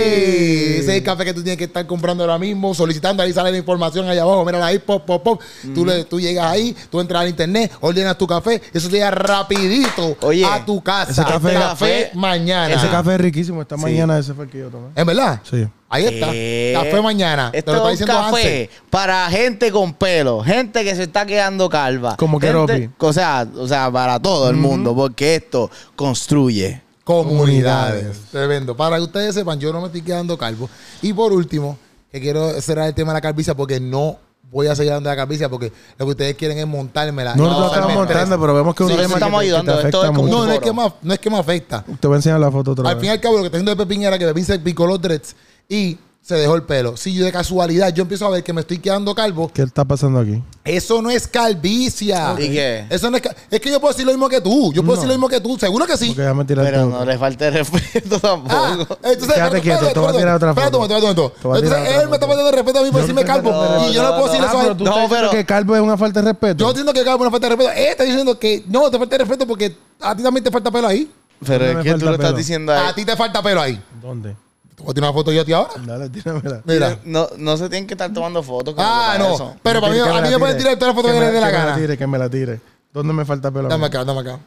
C: Ese es el café que tú tienes que estar comprando ahora mismo, solicitando. Ahí sale la información allá abajo. Mírala ahí, pop, pop, pop. Tú, le, tú llegas ahí, tú entras al internet, ordenas tu café. Eso te llega rapidito
B: Oye,
C: a tu casa.
A: ese café-
B: café-
C: mañana.
A: Ese café es riquísimo. Esta mañana ese fue el que yo tomé.
C: ¿En verdad?
A: Sí.
C: Ahí está.
B: ¿Qué?
C: Café mañana.
B: Eh, Esto
C: Te lo
B: es
C: está
B: un
C: diciendo
B: café
C: Hansel.
B: para gente con pelo, gente que se está quedando calva.
A: Como que
B: Gente-
A: Ropi.
B: O sea, o sea, para todo el mundo, porque esto construye.
C: Comunidades. Tremendo. Para que ustedes sepan, yo no me estoy quedando calvo. Y por último, que quiero cerrar el tema de la calvicie porque no voy a seguir dando la calvicie porque lo que ustedes quieren es montármela.
A: No,
C: Y
A: no te la estamos
C: causarme estrés.
A: montando, pero vemos que es un
B: Sí,
A: tema que
B: estamos
A: te- que
B: ayudando,
A: te
B: esto es
A: afecta
B: como un
A: mucho.
C: No, no es,
B: foro.
C: que me, af- no es que me afecta.
A: Te voy a enseñar la foto otra
C: Al fin y
A: vez.
C: al cabo, lo que está haciendo Pepín era que Pepín se picó los dreads y se dejó el pelo. Si yo de casualidad yo empiezo a ver que me estoy quedando calvo,
A: ¿Qué está pasando aquí?
C: eso no es calvicia.
B: ¿Y qué?
C: Eso no es, cal- es que yo puedo decir lo mismo que tú. Yo puedo decir lo mismo que tú. Seguro que sí.
A: Porque ya me tiraste
B: Pero
A: otra.
B: no le falte respeto
C: Ah,
B: tampoco.
C: entonces,
A: Quédate
C: espérate,
A: quieto,
C: espérate,
A: te voy a
C: espérate,
A: tirar otra
C: espérate,
A: foto.
C: espérate, espérate.
A: Te voy a tirar
C: Entonces,
A: otra
C: él me está
A: foto.
C: faltando de respeto a mí por
A: Yo no
C: decirme
A: estoy
C: calvo.
A: faltando de
C: y yo no,
B: respeto.
C: puedo decir
B: Ah,
C: eso a
B: pero
C: él.
B: tú-
A: No,
B: No,
A: pero
B: pero-
A: que calvo es una falta de
C: Yo
A: respeto.
C: no entiendo que Calvo es una falta de respeto. Él está diciendo que no, te falta de respeto porque a ti también te falta pelo ahí.
B: Pero
A: No
B: es
A: me
B: que tú
A: falta
B: lo estás
A: pelo.
B: diciendo a
C: A
B: él.
C: ti te falta pelo ahí.
A: ¿Dónde?
C: Te voy a tirar una foto yo a ti ahora.
A: Dale, tíramela.
C: Mira.
B: No, no se tienen que estar tomando fotos. como
C: Ah,
B: para
C: no.
B: eso.
C: Pero para mí,
A: Que
C: a
A: la
C: mí me pueden tirar todas las fotos que
A: me-
C: les dé la
A: me
C: gana.
A: tire, que me la tire. ¿Dónde me falta pelo?
C: Dame acá, dame acá.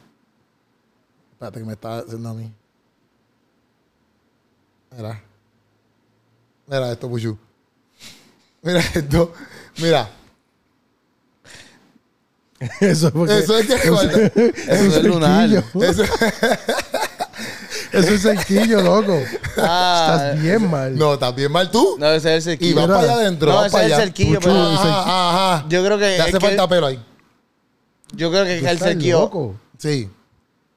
C: Espérate que me está haciendo a mí. Mira. Mira esto, Puchu. Mira esto. Mira.
A: Eso, es porque-
C: Eso es que
B: Eso es lunar.
A: cerquillo.
C: Eso-
A: Eso es cerquillo, loco.
B: Ah,
A: Estás bien mal.
C: No, estás bien mal tú.
B: no, ese es el
C: y
B: cerquillo.
C: vas
A: mira.
C: para allá adentro.
B: No,
C: vas
B: ese
C: para
B: es el
C: allá.
B: cerquillo.
A: Puchu.
B: pero
C: Ajá, ajá.
B: Yo creo que.
C: Te hace
B: es que-
C: falta pelo ahí.
B: Yo creo que
A: Tú
B: el
A: estás
B: cerquillo.
A: loco.
C: Sí.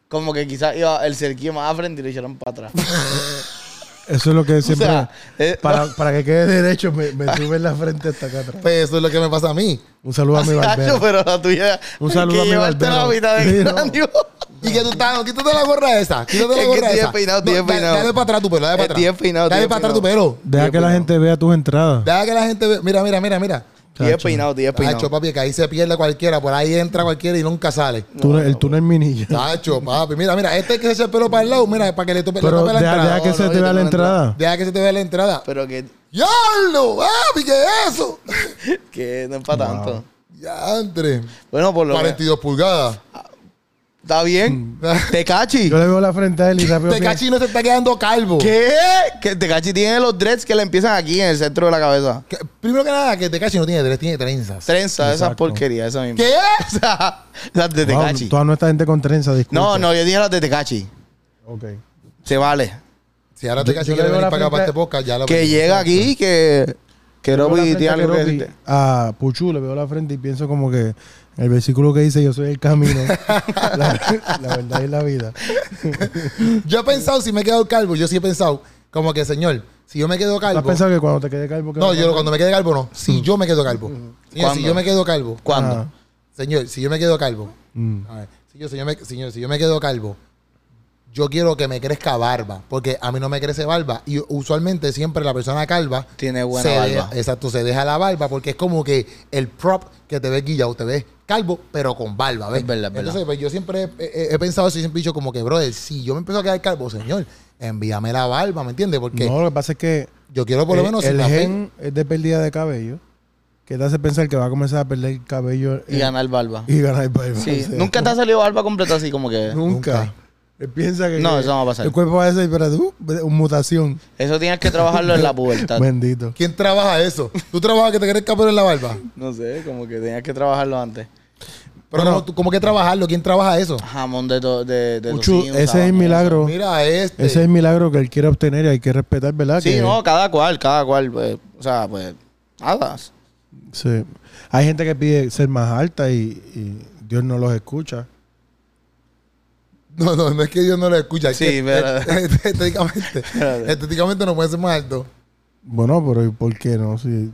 B: Como que quizás iba el cerquillo más a frente y lo echaron para atrás.
A: Eso es lo que siempre.
B: sea, eh,
A: para, para que quede derecho, me, me sube en la frente hasta acá atrás.
C: Pues eso es lo que me pasa a mí.
A: Un saludo a mi
B: Tacho,
A: barbero.
B: pero la tuya.
A: Un saludo
B: que
A: a mi
B: llevarte
A: barbero.
B: la mitad
A: Sí,
B: del
A: no.
B: cráneo.
C: Y que tú estás, quítate la gorra esa. Quítate la
B: Es que
C: gorra
B: estoy
C: esa.
B: despeinado, estoy
C: No, da-
B: despeinado.
C: Dale para atrás tu pelo, dale para
B: Estoy
C: atrás.
B: despeinado, estoy
C: Dale para atrás tu pelo.
A: Deja que la gente vea tus entradas.
C: Deja que la gente ve. Mira, mira, mira, mira.
B: Tienes peinado, tienes
C: Tacho,
B: peinado.
C: papi, que ahí se pierde cualquiera. Por ahí entra cualquiera y nunca sale.
A: Túnel- el túnel minilla.
C: Tacho, papi. Mira, mira. Este que se echa el pelo para el lado. Mira, para que le tope, le
A: Pero
C: tope la
A: deja,
C: entrada.
A: deja que
B: No,
A: se
B: no,
A: te
B: yo
A: vea la
B: tengo entrada.
A: entrada.
C: Deja que se te vea la entrada.
B: Pero que,
C: ¡Diablo! ¡Papi, qué es eso!
B: que no es para tanto.
C: Ya, André.
B: Bueno, por lo menos.
C: 42 pulgadas.
B: ¿Está bien? ¿Tecachi?
A: Yo le veo la frente a él y rápido.
C: Este cachino se está quedando calvo.
B: ¿Qué? Que Tecachi tiene los dreads que le empiezan aquí en el centro de la cabeza.
C: Que- Primero que nada, que este cachino no tiene tres, tiene trenzas.
B: Trenza, esas
A: Exacto.
B: porquerías, esa misma.
C: ¿Qué?
B: O sea, las de
A: Wow,
B: Tecachi.
A: toda nuestra gente con trenza, disculpa.
B: No, no, yo dije las de Tecachi.
A: Ok.
B: Se vale.
C: Si ahora
A: Yo-
C: este
A: yo
C: cachino
A: le
C: quiere
A: veo
C: venir
A: la
C: para acá
A: frente-
C: para este podcast, ya lo
B: Que llega aquí, que. Que
A: Veo la
B: Roby
A: frente
B: tiene
A: a
B: algo que
A: Keropi,
B: decirte.
A: A Puchu le veo la frente y pienso como que el versículo que dice yo soy el camino, la, la verdad y la vida.
C: Yo he pensado, si me he quedado calvo, yo sí he pensado, como que, señor, si yo me quedo
A: ¿Has
C: calvo.
A: pensado que cuando te quede calvo? que
C: No,
A: vas a
C: yo
A: hacer?
C: cuando me quede calvo no. Si yo me quedo calvo. Señor, si
B: Mm. ¿Cuándo?
C: yo me quedo calvo.
B: ¿Cuándo?
A: Ah.
C: Señor, si yo me quedo calvo.
A: Mm.
C: A ver, si yo, si yo me, señor, si yo me quedo calvo, yo quiero que me crezca barba. Porque a mí no me crece barba. Y usualmente siempre la persona calva.
B: Tiene buena
C: se
B: barba.
C: deja- exacto, se deja la barba porque es como que el prop que te ves guillado, te ves calvo, pero con barba, ¿ves?
B: Es verdad, es verdad.
C: Entonces, pues, yo siempre he, he- he pensado eso y siempre he dicho como que, brother, si yo me empiezo a quedar calvo, señor, envíame la barba, ¿me entiendes? Porque
A: No, lo que pasa es que
C: yo quiero
B: Eh,
C: por lo
A: el-
C: menos
A: el,
C: sin la fe-
A: gen es de pérdida de cabello, que te hace pensar que va a comenzar a perder cabello
B: Y
A: eh,
B: ganar barba.
A: y ganar barba.
B: Sí.
A: O sea,
B: Nunca te ha salido barba completa así como que.
A: Nunca. Él Piensa que
B: No, eso no va a pasar.
A: El cuerpo va a decir, pero tú, mutación.
B: Eso tienes que trabajarlo en la pubertad.
A: Bendito.
C: ¿Quién trabaja eso? ¿Tú trabajas que te crezca pelo en la barba?
B: No sé, como que tenías que trabajarlo antes.
C: Pero
A: Bueno.
C: ¿cómo, tú- cómo que trabajarlo? ¿Quién trabaja eso?
B: Jamón de to, de, de
A: Puchu,
B: tocino,
A: ese es el
B: sabanero.
A: milagro.
C: Mira este.
A: Ese es el milagro que él quiere obtener y hay que respetar, ¿verdad?
B: Sí,
A: Que-
B: no, cada cual, cada cual. pues, o sea, pues, nada.
A: Sí. Hay gente que pide ser más alta y, y Dios no los escucha.
C: No, no, no es que Dios no lo escucha. es
B: Sí,
C: que
B: pero-
C: est- Estéticamente.
B: Espérate.
C: estéticamente no puede ser más alto.
A: Bueno, pero ¿y ¿por qué no? Si,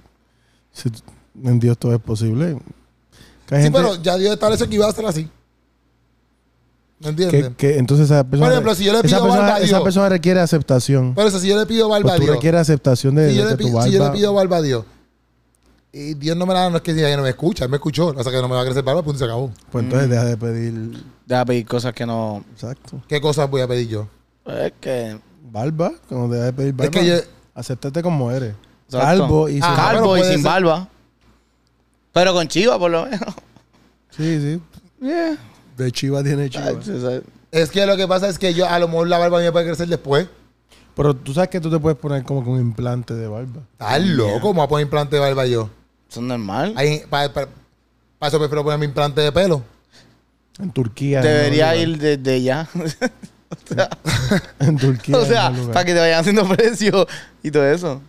A: si en Dios todo es posible. Que hay
C: Sí,
A: gente
C: pero ya Dios estableció que iba a ser así. ¿Me entiendes?
A: que, que entonces esa persona,
C: ejemplo, si yo le
A: esa
C: pido
A: persona,
C: barba a
A: esa
C: Dios.
A: persona requiere aceptación.
C: Por eso, si yo le pido barba
A: Pues
C: a
A: tú
C: Dios.
A: requieres aceptación de,
C: si, yo
A: de
C: le
A: tu
C: pido,
A: barba.
C: si yo le pido barba a Dios. Y Dios no me la da, no es que diga que no me escucha, él me escuchó. O sea que no me va a crecer barba, punto, se acabó.
A: Pues entonces
C: Mm.
A: deja de pedir.
B: Deja pedir cosas que no.
A: Exacto.
C: ¿Qué cosas voy a pedir yo?
B: Es que.
A: Barba, cuando deja de pedir barba.
C: que yo-
A: Acéptate como eres.
B: Exacto.
A: Calvo y sin-
C: Ah,
B: calvo
C: pero
B: y
C: puede
B: sin
C: ser-
B: barba. Pero con chiva, por lo menos.
A: Sí, sí.
B: Yeah.
A: De chiva tiene chiva.
C: Ah,
B: Tacho, o sea,
C: Es que lo que pasa es que yo, a lo mejor la barba a mí me puede crecer después.
A: Pero tú sabes que tú te puedes poner como con un implante de barba.
C: Estás loco, me voy a poner implante de barba yo.
B: Eso es normal.
C: Ahí, para, eso prefiero ponerme implante de pelo.
A: En Turquía. en
B: Debería
A: algún lugar.
B: ir desde ya. o sea,
A: En Turquía.
B: o
A: en
B: sea,
A: algún lugar.
B: para que te vayan haciendo precio y todo eso.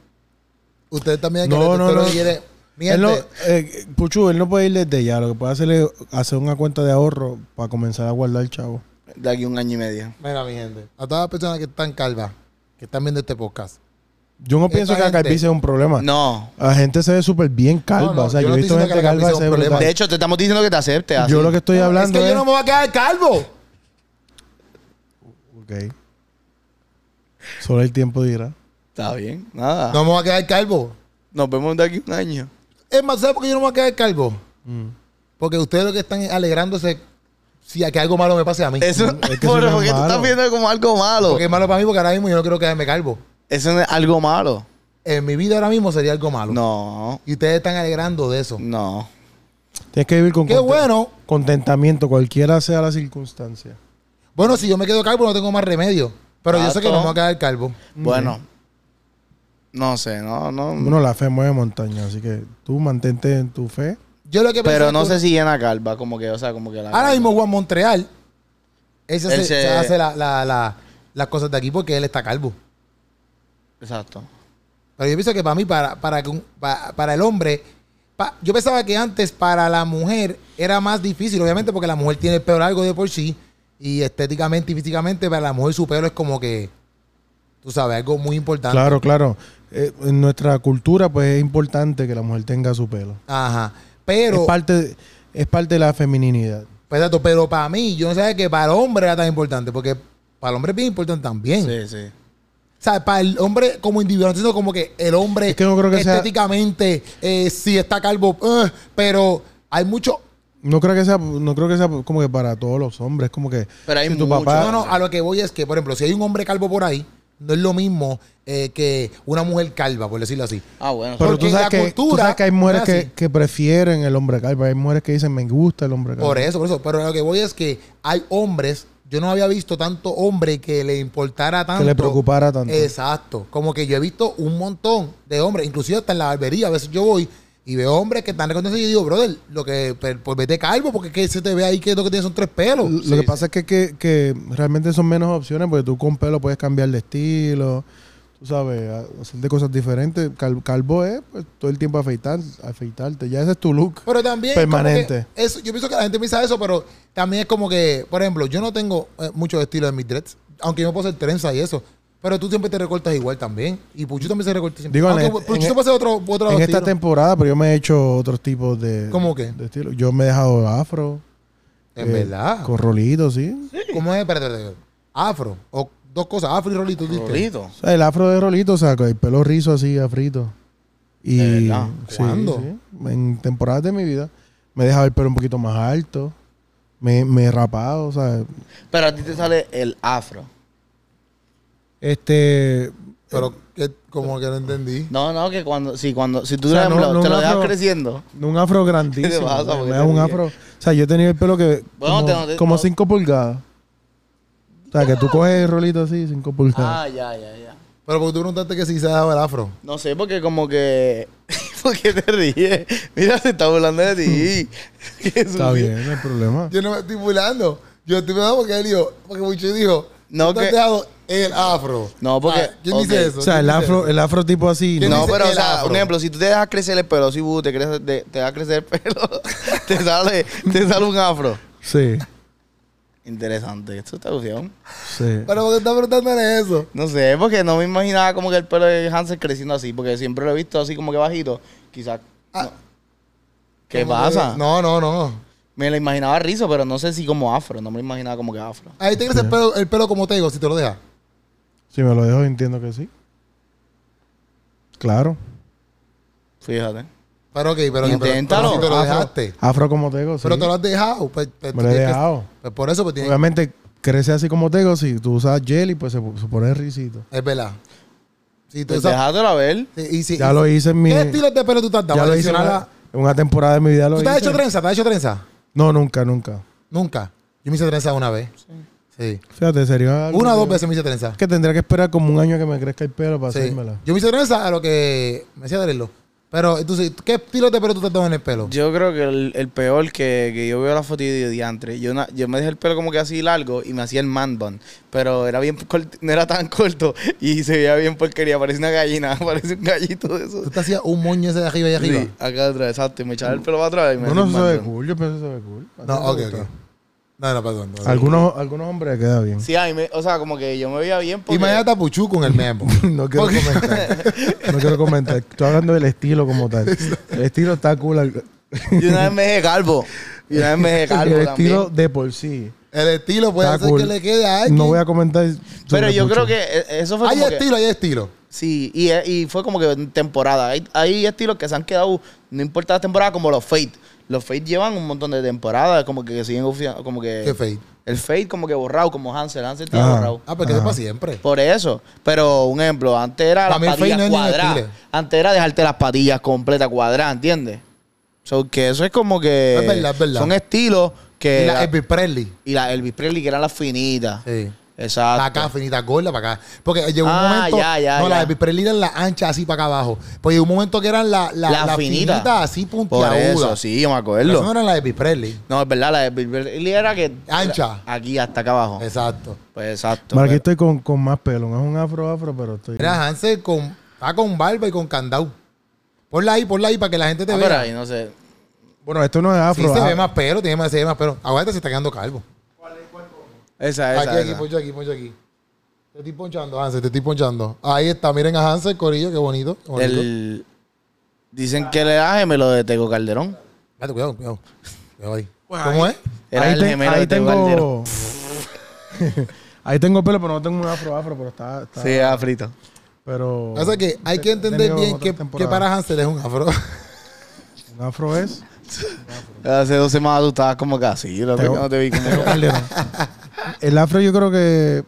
C: Ustedes también
A: No,
C: que
A: no,
C: usted lo
A: no.
C: que quiere- Mi
A: Él no,
C: gente,
A: eh, Puchu, él no puede ir desde ya. Lo que puede hacer es hacer una cuenta de ahorro para comenzar a guardar chavo.
B: De aquí un año y medio.
C: Mira, mi gente. A todas las personas que están calvas, que están viendo este podcast.
A: Yo no
C: Esta
A: pienso que la
C: Eh, gente-
A: calvicie es un problema.
B: No.
A: La gente se ve súper bien calva.
C: No, no,
A: o sea,
C: yo
A: yo,
C: no
A: he
C: estoy
A: visto
C: diciendo
A: gente
C: que la
A: calva
C: calvicie
A: que se
C: es
A: ve
C: un problema.
A: brutal.
B: De hecho, te estamos diciendo que te aceptes. así.
A: Yo lo que estoy hablando ¿eh?
C: es
A: es...
C: que yo no me voy a quedar calvo.
A: Ok. Solo el tiempo dirá.
B: Está bien, nada.
C: No me voy a quedar calvo.
B: Nos vemos de aquí un año.
C: Es más, ¿sabes por qué yo no me voy a quedar calvo?
A: Mm.
C: Porque ustedes lo que están es alegrándose si a que algo malo me pase a mí.
B: Eso,
A: es que eso
B: Por-
A: no es
B: porque tú
A: malo.
B: estás viendo como algo malo.
C: Porque es malo para mí porque ahora mismo yo no quiero quedarme calvo.
B: Eso no es algo malo.
C: En mi vida ahora mismo sería algo malo.
B: No,
C: Y ustedes están alegrando de eso.
B: no.
A: Tienes que vivir con
C: Qué
A: conten-
C: bueno.
A: contentamiento, cualquiera sea la circunstancia.
C: Bueno, si yo me quedo calvo no tengo más remedio. Pero yo sé que no me voy a quedar calvo.
B: Bueno. No sé, no, no.
A: Bueno, la fe mueve montaña, así que tú mantente en tu fe.
C: Yo lo que
B: pero
C: pensé
B: no
C: que-
B: sé si llena calva, como que, o sea, como que la.
C: Ahora mismo Juan Montreal, él se,
B: Él
C: hace-
B: se-
C: se hace la- la- la- las cosas de aquí porque él está calvo.
B: Exacto.
C: Pero yo pienso que para mí, para, para, que un- pa- para el hombre, pa- yo pensaba que antes para la mujer era más difícil, obviamente, porque la mujer tiene el pelo largo de por sí. Y estéticamente y físicamente, para la mujer su pelo es como que, tú sabes, algo muy importante.
A: Claro, claro. Eh, en nuestra cultura, pues es importante que la mujer tenga su pelo.
C: Ajá. Pero,
A: es, parte, es parte de la femininidad.
C: pues, exacto, pero para mí, yo no sabía que para el hombre era tan importante, porque para el hombre es bien importante también.
B: Sí, sí.
C: O sea, para el hombre como individuo, no entiendo como que el hombre
A: Es que no creo que sea-
C: estéticamente eh, sí está calvo, eh, pero hay mucho.
A: No creo que sea, no creo que sea como que para todos los hombres, como que
B: Pero hay
A: si tu
B: mucho.
A: papá
C: No, no, a lo que voy es que, por ejemplo, si hay un hombre calvo por ahí, no es lo mismo eh, que una mujer calva, por decirlo así.
B: Ah, bueno.
A: Pero
C: Porque
A: tú sabes,
C: la
A: que, tú
C: cultura
A: sabes que hay mujeres
C: no es así.
A: que, que prefieren el hombre calvo. Hay mujeres que dicen, me gusta el hombre calvo.
C: Por eso, por eso. Pero a lo que voy es que hay hombres, yo no había visto tanto hombre que le importara tanto.
A: que le preocupara tanto.
C: Exacto. Como que yo he visto un montón de hombres, inclusive hasta en la barbería, a veces yo voy y veo hombres que están reconocidos y digo, brother, lo que, per- pues vete calvo, porque es que se te ve ahí que lo que tienes son tres pelos.
A: Lo
B: Sí,
A: que
B: sí.
A: pasa es que, que, que realmente son menos opciones porque tú con pelo puedes cambiar de estilo, tú sabes, a- hacer de cosas diferentes. Cal- calvo es pues, todo el tiempo afeitar, afeitarte. Ya ese es tu look.
C: Pero también.
A: Permanente.
C: como que eso- yo pienso que la gente piensa eso, pero también es como que, por ejemplo, yo no tengo eh, mucho estilo en mis dreads, aunque yo me puedo hacer trenza y eso. Pero tú siempre te recortas igual también. Y Puchu también se recorta siempre.
A: Digo, en
C: Aunque
A: este-
C: Puchu
A: en
C: se puede hacer otro, otro
A: en
C: estilo.
A: esta temporada, pero yo me he hecho otros tipos de,
C: ¿Cómo qué?
A: de estilo. Yo me he dejado afro.
C: En
A: eh,
C: verdad.
A: Con rolitos, sí.
C: ¿Cómo es? Espérate, espérate, espérate. Afro. O dos cosas, afro y rolito. ¿tú dijiste?
B: Rolito.
A: O sea, el afro de rolito, o sea, con el pelo rizo así, afrito. Y,
B: ¿De verdad?
A: sí,
C: ¿Cuándo?
A: sí. En temporadas de mi vida me he dejado el pelo un poquito más alto. Me, me he rapado, o sea,
B: Pero a ti te sale el afro.
A: Este.
C: Pero que- como que no entendí.
B: No, no, que cuando, si cuando, si tú
A: O sea,
B: por
A: no-
B: ejemplo,
A: no
B: te
A: un
B: lo dejas
A: afro-
B: creciendo.
A: Un afro grandísimo.
B: ¿Qué te pasa? ¿Por qué
A: me
B: te
A: da un
B: ríes?
A: afro. O sea, yo he tenido el pelo que.
B: Bueno,
A: como-
B: te- no te-
A: como
B: no.
A: 5 pulgadas. O sea, que tú coges el rolito así, 5 pulgadas.
B: Ah, ya, ya, ya.
C: Pero porque tú preguntaste que si se dejaba el afro.
B: No sé, porque como que. ¿Por qué te ríes? Mira, se está burlando de ti. Qué
A: Está
B: sucio.
A: bien, no hay problema.
C: Yo no me estoy burlando. Yo estoy burlando porque él dijo, porque Puchu dijo,
B: No,
C: no, te has
B: que-
C: dejado el afro.
B: No, porque-
C: Ah, ¿Quién
B: ok.
C: dice eso?
A: O sea,
C: ¿Quién
A: el
C: dice
A: afro,
C: eso?
A: el afro tipo así.
C: ¿Quién
B: No,
C: dice
B: pero, o
C: el
B: sea,
C: afro?
B: un ejemplo, si tú te dejas crecer el pelo, si vos te, creces- te, te dejas crecer el pelo, te sale, te sale un afro.
A: Sí,
B: Interesante, esto está opción.
A: sí.
C: Pero porque está preguntándole eso.
B: No sé, porque no me imaginaba como que el pelo de Hansel creciendo así, porque siempre lo he visto así como que bajito. Quizás.
C: Ah.
B: no. ¿Qué
C: Como
B: pasa?
C: que- No, no, no.
B: Me lo imaginaba rizo, pero no sé si como afro, no me lo imaginaba como que afro.
C: Ahí te crece el pelo, el pelo como te digo, si te lo dejas.
A: Si me lo dejo, entiendo que sí. Claro.
B: Fíjate.
C: Pero ok, pero, pero-
B: Inténtalo,
C: pero si te lo
A: afro.
C: dejaste.
A: Afro como tego, sí.
C: Pero te lo has dejado. Pues, pues,
A: Me lo he
C: tú tienes que-
A: dejado.
C: pues por eso pues tienes
A: Obviamente crece así como tego, si tú usas jelly, pues se, se pone risito.
C: Es verdad. Si tú
B: Pues
C: sabes-
B: déjatelo a ver.
C: sí, y si-
A: Ya lo hice en mi.
C: ¿Qué estilos de pelo tú te has dado?
A: Ya lo hice en
C: Adicional
A: una,
C: a-
A: en una temporada de mi vida. Lo
C: ¿Tú te has
A: hice.
C: hecho trenza? ¿Te has hecho trenza?
A: No, nunca, nunca.
C: Nunca. Yo me hice trenza una vez. Sí.
A: Fíjate, sería. algo
C: Una o dos
A: que-
C: veces me hice trenza.
A: Es que tendría que esperar como un año que me crezca el pelo para
C: Sí.
A: hacérmela.
C: Yo me hice trenza a lo que. Me hacía Drelo. Pero entonces, ¿qué estilo de pelo tú te tomas en el pelo?
B: Yo creo que el, el peor que, que yo veo la foto de diantre. Yo, na- yo me dejé el pelo como que así largo y me hacía el man bun. Pero era bien cort- no era tan corto y se veía bien porquería. Parecía una gallina, parecía un gallito de
C: Tú
B: eso.
C: te hacías un moño ese de arriba y arriba.
B: acá atrás, exacto. Y me echaba el pelo para atrás y me
A: No,
B: hacía
A: no, eso
B: un
A: se ve
B: man bun.
A: cool. Yo pienso que se ve cool. ¿A ti
C: No, ok,
A: te gusta?
C: ok. No, no, perdón. no.
A: Algunos, algunos hombres queda bien.
B: Sí, a mí me- o sea, como que yo me veía bien porque...
C: Imagínate a Puchu con el memo.
A: No quiero comentar. No quiero comentar. Estoy hablando del estilo como tal. El estilo está cool. al-
B: Y una vez me dejé calvo. Y una vez me dejé calvo
A: El
B: también.
A: estilo de por sí.
C: El estilo puede
A: Está
C: hacer
A: cool.
C: que le quede a alguien.
A: No voy a comentar.
B: Pero
A: sobre
B: yo
A: mucho.
B: creo que eh, eso fue
C: Hay
B: como que-
C: estilo, hay estilo.
B: Sí, y, e, y fue como que temporada. Hay, hay estilos que se han quedado, no importa la temporada, como los Fate. Los Fate llevan un montón de temporadas, como que siguen ofi- como que...
C: Qué fade.
B: El Fate como que borrado, como Hansel. Hansel tiene
A: Ah.
B: borrado.
C: Ah, porque es
A: Ajá.
C: para siempre.
B: Por eso. Pero, un ejemplo, antes era
C: Para
B: las
C: mí el fade
B: patillas
C: no es ni un
B: cuadradas.
C: estilo.
B: Antes era dejarte las patillas completas cuadradas, ¿entiendes? So, que eso es como que...
C: Es verdad, es verdad.
B: Son estilos que...
C: Y la
B: Eh, la-
C: Elvis Presley.
B: y la Elvis Presley, que eran las finitas.
C: Sí. Para
B: Exacto.
C: acá, finita, gorda para acá. Porque llegó un
B: Ah,
C: momento.
B: ya, ya,
C: no,
B: ya.
C: las Elvis Presley eran las anchas así para acá abajo. Pues llegó un momento que eran las la,
B: Las
C: la
B: finitas.
C: finitas así
B: Por eso,
C: puntiagudas.
B: sí, yo me
C: Pero Eso no Ah.
B: acuerdo.
C: eran las Elvis Presley.
B: No, es verdad, la de Bill Berkeley era que...
C: Ancha.
B: era aquí, hasta acá abajo.
C: Exacto.
B: Pues exacto.
A: Bueno, aquí
B: pero-
A: estoy con, con más pelo. No es un afro afro, pero estoy.
C: Era Hansel con, está con barba y con candado. Ponla ahí, ponla ahí para que la gente te
B: Ah,
C: vea.
B: pero ahí no sé.
A: Bueno, esto no es
C: Sí,
A: afro.
C: se
A: ah,
C: ve más pelo, tiene más, se ve más pelo. Aguanta, se está quedando calvo.
B: Esa, esa,
C: aquí, aquí,
B: esa.
C: poncho aquí, poncho aquí. Te estoy ponchando, Hansel, te estoy ponchando. Ahí está, miren a Hansel, Corillo, qué bonito. Qué bonito.
B: El- Dicen que el edad me lo de Tego Calderón.
C: Espérate, cuidado, cuidado. Cuidado ahí. ¿Cómo es?
B: Era
A: ahí
B: el
A: te-
B: gemelo
A: ahí
B: de Tego Calderón.
A: tengo. ahí tengo pelo, pero no tengo un afro afro, pero está. está-
B: Sí, era frito.
A: Pero.
C: O sea que hay que
A: he
C: entender
A: tenido
C: bien
A: otras
C: que, que
A: temporadas.
C: para Hansel es un afro.
A: Un afro es.
B: Hace dos semanas tú estabas como casi. No te,
A: Tego-
B: no te vi como...
A: Tego Calderón. El afro yo creo que.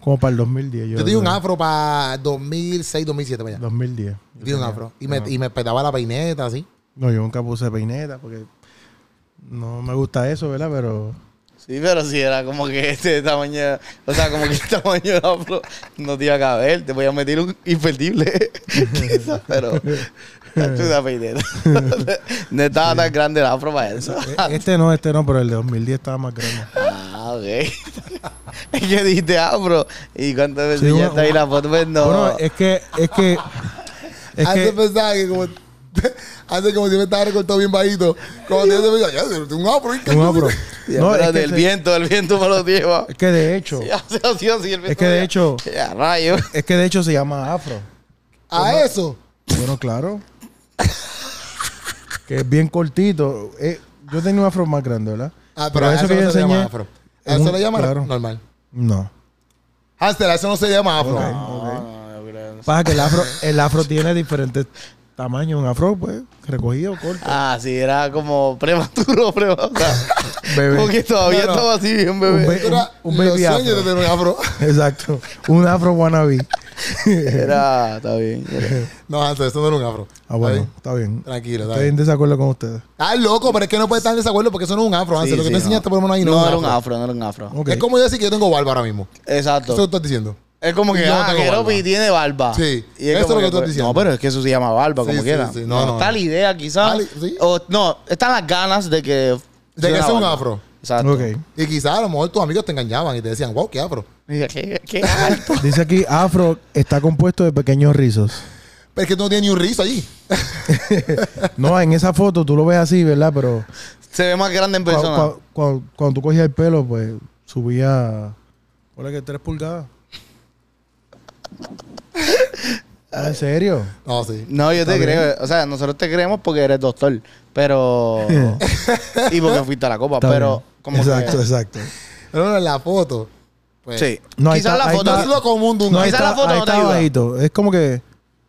A: Como para el 2010.
C: Yo tenía
A: creo.
C: un afro para 2006, 2007, para allá.
A: 2010.
C: Yo tenía un afro. Y me,
A: Ajá.
C: y me petaba la peineta, así.
A: No, yo nunca puse peineta porque no me gusta eso, ¿verdad? Pero
B: Sí, pero sí, era como que este tamaño... O sea, como que el tamaño de afro no te iba a caber. Te voy a meter un imperdible. Quizás, pero... Tacho, una peineta. no estaba tan grande el afro para eso.
A: eh, este no, este no, pero el de 2010 estaba más grande.
B: Ah, ok. es que dijiste afro. Y cuando me
A: Sí,
B: enseñaste
A: bueno,
B: ahí la foto, pues no.
A: Bueno, es que, es que, es
C: hace
A: que,
C: pensaba que como hace como si me estaba recortado bien bajito. Como si yo pensaba, ya, tengo un afro. ¿qué?
A: un afro.
B: Ya,
A: No, es
B: espérate,
A: que,
B: el
A: se-
B: viento, el viento me lo lleva.
A: es que de hecho,
B: Sí, así, así, así, el viento
A: es que
B: me
A: de
B: lleva.
A: hecho,
B: Ya, rayo.
A: es que de hecho se llama afro.
C: A eso.
A: Bueno, claro. que es bien cortito. Eh, yo tenía un afro más grande, ¿verdad?
C: Ah, pero, a eso, no se le llama afro. A eso
A: Un-
C: se le llama
A: claro.
C: normal.
A: No.
C: Hansel, a eso no se le llama afro.
B: Ah, No, no creo.
A: Pasa que el afro, el afro tiene diferentes tamaños. Un afro, pues, recogido, corto.
B: Ah, sí, era como prematuro, prematuro. o sea,
A: Bebé.
B: Como que todavía
C: No, no.
B: estaba así bien,
A: Un
B: bebé.
A: be-
C: Esto era
A: un- un baby
C: los sueños
A: afro.
C: de tener un afro.
A: Exacto. Un afro wannabe. Ah,
B: Era, está bien. era.
C: No, Hansel, eso no era un afro.
A: Ah, bueno,
C: ¿Está
A: está bien.
C: bien? Tranquilo, está
A: Estoy
C: bien.
A: en desacuerdo con ustedes.
C: Ah, loco, pero es que no puede estar en desacuerdo porque eso no es un afro,
B: Sí,
C: Hansel. Ah, Lo que
B: sí,
C: te enseñaste por lo menos ahí no,
B: No
C: es
B: era un afro, no era un afro.
A: Ok.
C: Es como yo decir que yo tengo barba ahora mismo.
B: Exacto.
C: Eso estás diciendo.
B: Es como que,
C: Yo no
B: ah,
C: tengo
B: que
C: barba.
B: Ropi tiene barba.
C: Sí,
B: Y es
C: eso
B: como
C: es lo que tú
B: pues,
C: estás diciendo.
B: No, pero es que eso se llama barba,
C: Sí,
B: como
C: sí,
B: quiera.
C: sí, no,
B: No,
C: no,
B: está
C: no.
B: la idea, quizás.
C: Ah, sí.
B: O no, están las ganas de que.
C: De que
B: una
C: eso es un
B: barba.
C: afro.
B: Exacto.
A: Ok.
C: Y quizás a lo mejor tus amigos te engañaban y te decían, wow, qué afro.
B: Mira, qué, qué alto.
A: Dice aquí, afro está compuesto de pequeños rizos.
C: Pero es que tú no tienes ni un rizo allí.
A: No, en esa foto tú lo ves así, ¿verdad? Pero
B: se ve más grande en
A: cua-
B: persona.
A: cua- cua- cuando tú cogías el pelo, pues subía... Hola, que tres pulgadas. Ah, ¿En serio?
C: No, sí.
B: No, yo te creo. O sea, nosotros te creemos porque eres doctor. Pero. y porque fuiste a la copa.
A: Está
B: pero.
A: bien.
B: Como
A: exacto,
B: que- eh,
A: exacto.
C: Pero no, la foto. Pues,
B: Sí.
A: No, ahí
B: Quizás
A: está-
B: la
A: ahí
B: foto.
C: No es lo común de un
A: No, ahí
B: Quizá
A: está,
B: la foto
A: ahí
B: no te
A: está
B: ayuda.
A: bajito. Es como que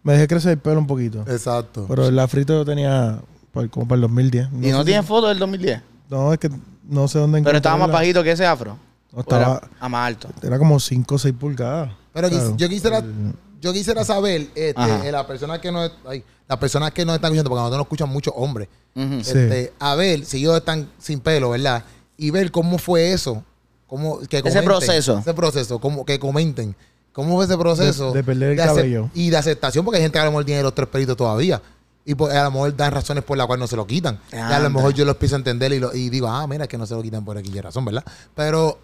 A: me dejé crecer el pelo un poquito.
C: Exacto.
A: Pero el afrito yo tenía para- como para el 2010.
B: Y no
A: sé
B: tiene foto del 2010.
A: si- no, es que no sé dónde
B: Pero estaba más
A: encontrarla.
B: bajito que ese afro.
A: No,
B: O
A: estaba,
B: era a más alto.
A: Era como 5 o 6 pulgadas.
C: Pero quis-
A: Claro.
C: yo quisiera, yo quisiera saber,
B: Ajá.
C: este, eh, las personas que no, es- ay, las personas que nos están escuchando, porque nosotros no escuchan muchos hombres,
B: Ujú.
A: Sí.
C: este, a ver si ellos están sin pelo, ¿verdad? Y ver cómo fue eso, cómo que comenten,
B: proceso.
C: ese proceso, cómo que comenten, cómo fue ese proceso
A: De- de perder el
C: ace-
A: cabello.
C: y de aceptación, porque hay gente que a lo mejor tiene los tres pelitos todavía. Y por- a lo mejor dan razones por las cuales no se lo quitan. Y a
B: Anda.
C: lo mejor yo los empiezo a entender y, lo- y digo, ah, mira, es que no se lo quitan por aquí, hay razón, ¿verdad? Pero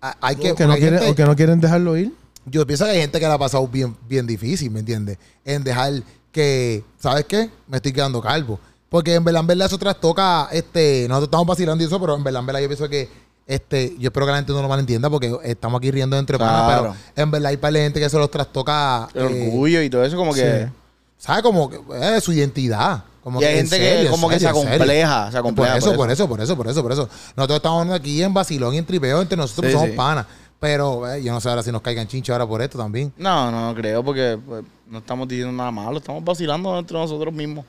C: a- hay que.
A: O que no
C: hay
A: quieren,
C: gente-
A: o que no quieren dejarlo ir.
C: yo pienso que hay gente que la ha pasado bien, bien difícil, ¿me entiendes? En dejar que, ¿sabes qué? Me estoy quedando calvo. Porque en verdad, en verdad, eso trastoca, este, nosotros estamos vacilando y eso, pero en verdad, en verdad, yo pienso que, este, yo espero que la gente no lo malentienda porque estamos aquí riendo entre panas,
B: Claro.
C: pero en verdad hay para la gente que se los trastoca.
B: El
C: eh,
B: orgullo y todo eso, como que.
A: sí.
C: ¿Sabes? Como que, eh, su identidad. Como
B: Y hay
C: en
B: gente que
C: serio, en
B: como que
C: serio,
B: se
C: en serio.
B: acompleja, se acompleja
C: Por eso,
B: por
C: por eso, por eso, por eso, por eso. Nosotros estamos hablando aquí en vacilón y en tripeo entre nosotros
B: Sí,
C: somos
B: sí.
C: panas. Pero eh, yo no sé ahora si nos caigan chinchos ahora por esto también.
B: No, no, no creo, porque pues, no estamos diciendo nada malo, estamos vacilando entre nosotros mismos.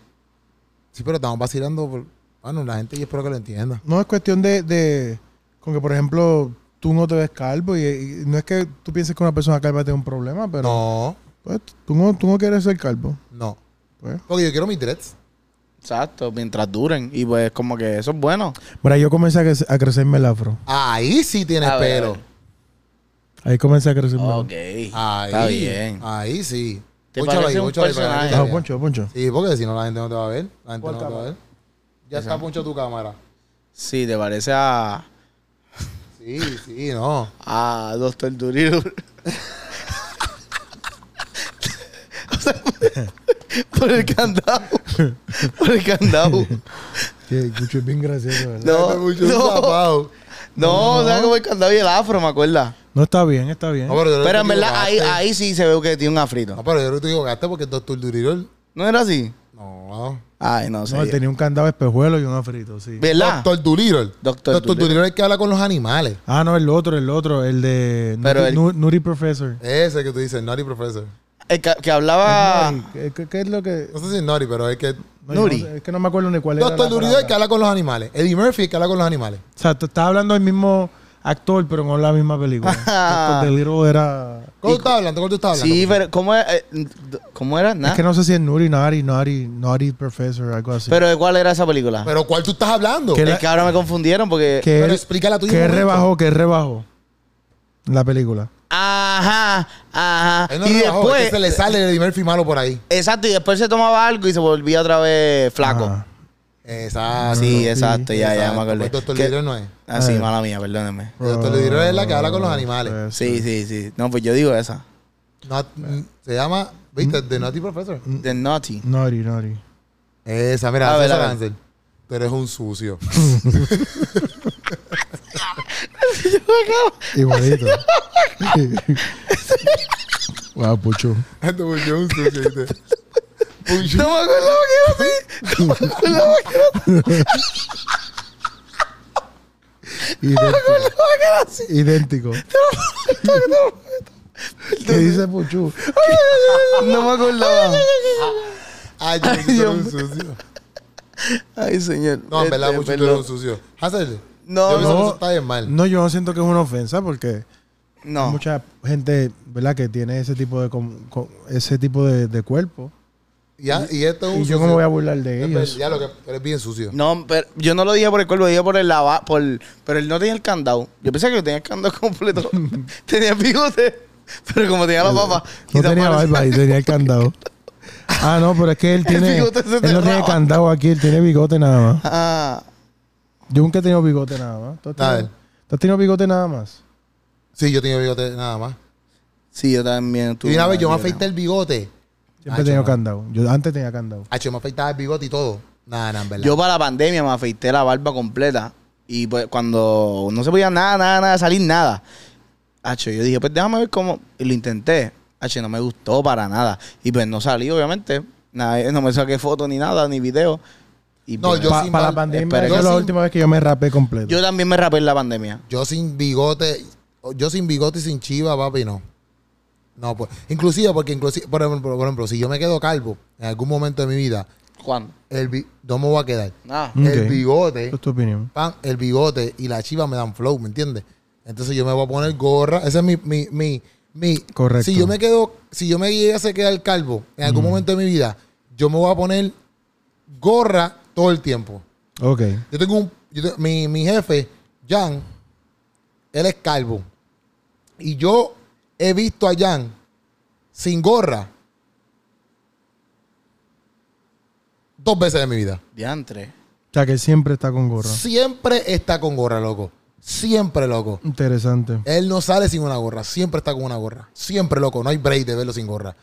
C: Sí, pero estamos vacilando. por- Bueno, la gente yo espero que lo entienda.
A: No es cuestión de, de- Con que, por ejemplo, tú no te ves calvo. Y, y no es que tú pienses que una persona calva tiene un problema, pero.
C: No,
A: pues, tú, no, tú no quieres ser calvo.
C: no.
A: pues.
C: Porque yo quiero mis dreads.
B: Exacto, mientras duren. Y pues como que eso es bueno.
A: Mira, yo comencé a, cre- a crecerme el afro.
C: Ahí sí tienes
B: A ver, a
C: pelo.
B: ver.
A: Ahí comencé a crecerme el afro.
B: Ok.
C: Ahí.
B: Está bien.
C: Ahí sí.
B: Te
C: Pónchalo
B: parece un
C: pónchalo para que la gente
A: Ah,
B: personaje.
C: vea.
A: Poncho, Poncho.
C: Sí, porque si no la gente no te va a ver. La gente no te va a ver. Ya está
B: Exacto.
C: poncho tu cámara.
B: Sí, te parece a,
C: Sí, sí, no.
B: a Doctor Durido. O sea, por el candado. Por el candado.
A: Que Poncho es bien gracioso, ¿verdad?
B: No,
C: Este Poncho es
B: no.
C: tapado.
B: No, o sea, como el candado y el afro, me acuerda.
A: No está bien, está bien.
C: No, pero, yo creo que
B: Pero en
C: te
B: verdad, ahí,
C: equivocaste.
B: ahí sí se ve que tiene un afrito.
C: No, pero yo creo que te equivocaste porque el doctor Durirol.
B: ¿No era así? Ah.
C: No.
B: Ay, no sé.
A: No, tenía un candado de espejuelo y un afrito, sí.
B: ¿Verdad?
C: Doctor Durirol.
B: Doctor Dolittle.
C: Dolittle es el que habla con los animales.
A: Ah, no, el otro, el otro, el de
B: Pero
A: Nuri,
B: el-
A: Nu- Nuri Professor.
C: Ese que tú dices, Naughty Professor.
B: El que, que hablaba.
A: Nuri, ¿Qué, qué- qué es lo que...?
C: No sé si es Naughty, pero es que
A: no, yo
B: Nuri.
A: no sé, es que no me acuerdo ni cuál era
C: Doctor
A: la
C: Durido
A: palabra.
C: es el que habla con los animales. Eddie Murphy es el que habla con los animales.
A: O sea, tú estás hablando del mismo actor, pero no la misma película. Doctor Dolittle era...
C: ¿Cómo tú estás hablando? ¿Cómo tú estás hablando?
B: Sí, pero ¿cómo era? Eh, ¿Cómo era? Nah.
A: Es que no sé si es Nuri, Nari, Nari, Nari Professor, algo así.
B: ¿Pero de cuál era esa película?
C: ¿Pero cuál tú estás hablando?
A: ¿Qué-
B: es que ahora me confundieron porque.
A: que
C: Pero
A: él-
C: explícala tú.
A: que él rebajó, que él rebajó la película.
B: Ajá, ajá.
C: Él no
B: y
C: rebajó,
B: después.
C: es que se le sale el Eddie Murphy malo por ahí.
B: Exacto, y después se tomaba algo y se volvía otra vez flaco.
A: Ajá.
C: Exacto.
B: sí, exacto, ya, ya, me
C: Ah, Exacto, pues
B: acordé.
C: Doctor Eh.
B: Que-
C: Dolittle no es.
B: Ah, sí,
A: Ah.
B: mala mía, perdónenme.
C: El Doctor Dolittle es la que habla con los
A: Eh,
C: animales.
B: Sí, sí, sí. No, pues yo digo esa.
C: Not- se llama, ¿viste? The Naughty Professor.
B: The Naughty.
A: Nari, Nari.
C: Esa,
B: A
C: mira,
B: ver,
C: César
B: a ver.
C: Hansel. Tú eres un sucio.
A: Igualito. Guau, pucho.
C: Este Pucho es un sucio, ¿viste? Pucho.
B: No me acuerdo que era así. No me acuerdo que era
A: Idéntico.
B: que era así.
A: idéntico. ¿Qué dice Puchu?
B: No me acordaba.
C: Ay, yo, tú eres un sucio.
B: Ay, señor.
C: No, en verdad,
B: Este,
C: Pucho, tú
B: perdón.
C: eres un sucio. Hansel,
B: No,
C: yo pienso que
A: no.
C: eso está bien mal.
A: "Oh, No, yo no siento que es una ofensa porque hay
B: No.
A: mucha gente, ¿verdad? Que tiene ese tipo de com- com- ese tipo de, de cuerpo.
C: Ya, y esto es un
A: Y yo
C: sucio.
A: cómo voy a burlar de
C: Es
A: ellos.
C: ver- Ya lo que eres bien sucio.
B: No, pero yo no lo dije por el cuerpo, lo dije por el lava, por, pero él no tenía el candado. Yo pensé que tenía el candado completo. tenía bigote, pero como tenía la papa.
A: No
B: quizás
A: tenía
B: parecía-
A: barba y tenía el candado. Ah, no, pero es que él tiene.
B: bigote se
A: Él no tiene
B: cerraba.
A: candado aquí, él tiene bigote nada más.
B: Ah,
A: Yo nunca he tenido bigote nada más. ¿Tú has
C: A
A: tenido,
C: ver.
A: tú has tenido bigote nada más?
C: Sí, yo tenía bigote nada más.
B: sí, yo también. tuve
C: y una vez yo me
B: libre.
C: afeité el bigote.
A: Siempre
C: Ah,
A: he tenido
C: chaval.
A: candado. Yo antes tenía candado.
C: Ah, yo me afeitaba el bigote y todo. Nada, nada, en verdad.
B: Yo para la pandemia me afeité la barba completa. Y pues cuando no se podía nada, nada, nada, salir nada. Hacho, yo dije, pues déjame ver cómo. Y lo intenté. Hacho, no me gustó para nada. Y pues no salí, obviamente. Nada, no me saqué fotos ni nada, ni video. Y
C: No,
B: pues,
C: yo
A: Pa-
C: sin
A: para
C: bar-
A: la pandemia
B: espera,
A: esa
C: yo
A: es la
C: sin-
A: última vez que yo me rapé completo.
B: yo también me rapé en la pandemia.
C: Yo sin bigote, yo sin bigote y sin chiva, papi, no. No, pues, inclusive, porque inclusive, por ejemplo, por ejemplo, si yo me quedo calvo en algún momento de mi vida,
B: ¿Cuándo?
C: el bi- no me voy a quedar.
B: Nada.
A: Mm.
C: El
A: Ok.
C: bigote,
A: Esa es tu opinión.
C: pam, el bigote y la chiva me dan flow, ¿me entiendes? Entonces yo me voy a poner gorra. Ese es mi, mi, mi, mi-
A: Correcto.
C: Si yo me quedo, si yo me llegase a quedar calvo en algún momento de mi vida, yo me voy a poner gorra todo el tiempo.
A: Ok.
C: Yo tengo un, yo te- mi, mi jefe, Jan, él es calvo. Y yo he visto a Jan sin gorra dos veces en mi vida.
B: Diantre.
A: O sea, que siempre está con gorra.
C: Siempre está con gorra, loco. Siempre, loco.
A: Interesante.
C: Él no sale sin una gorra. Siempre está con una gorra. Siempre, loco. No hay break de verlo sin gorra.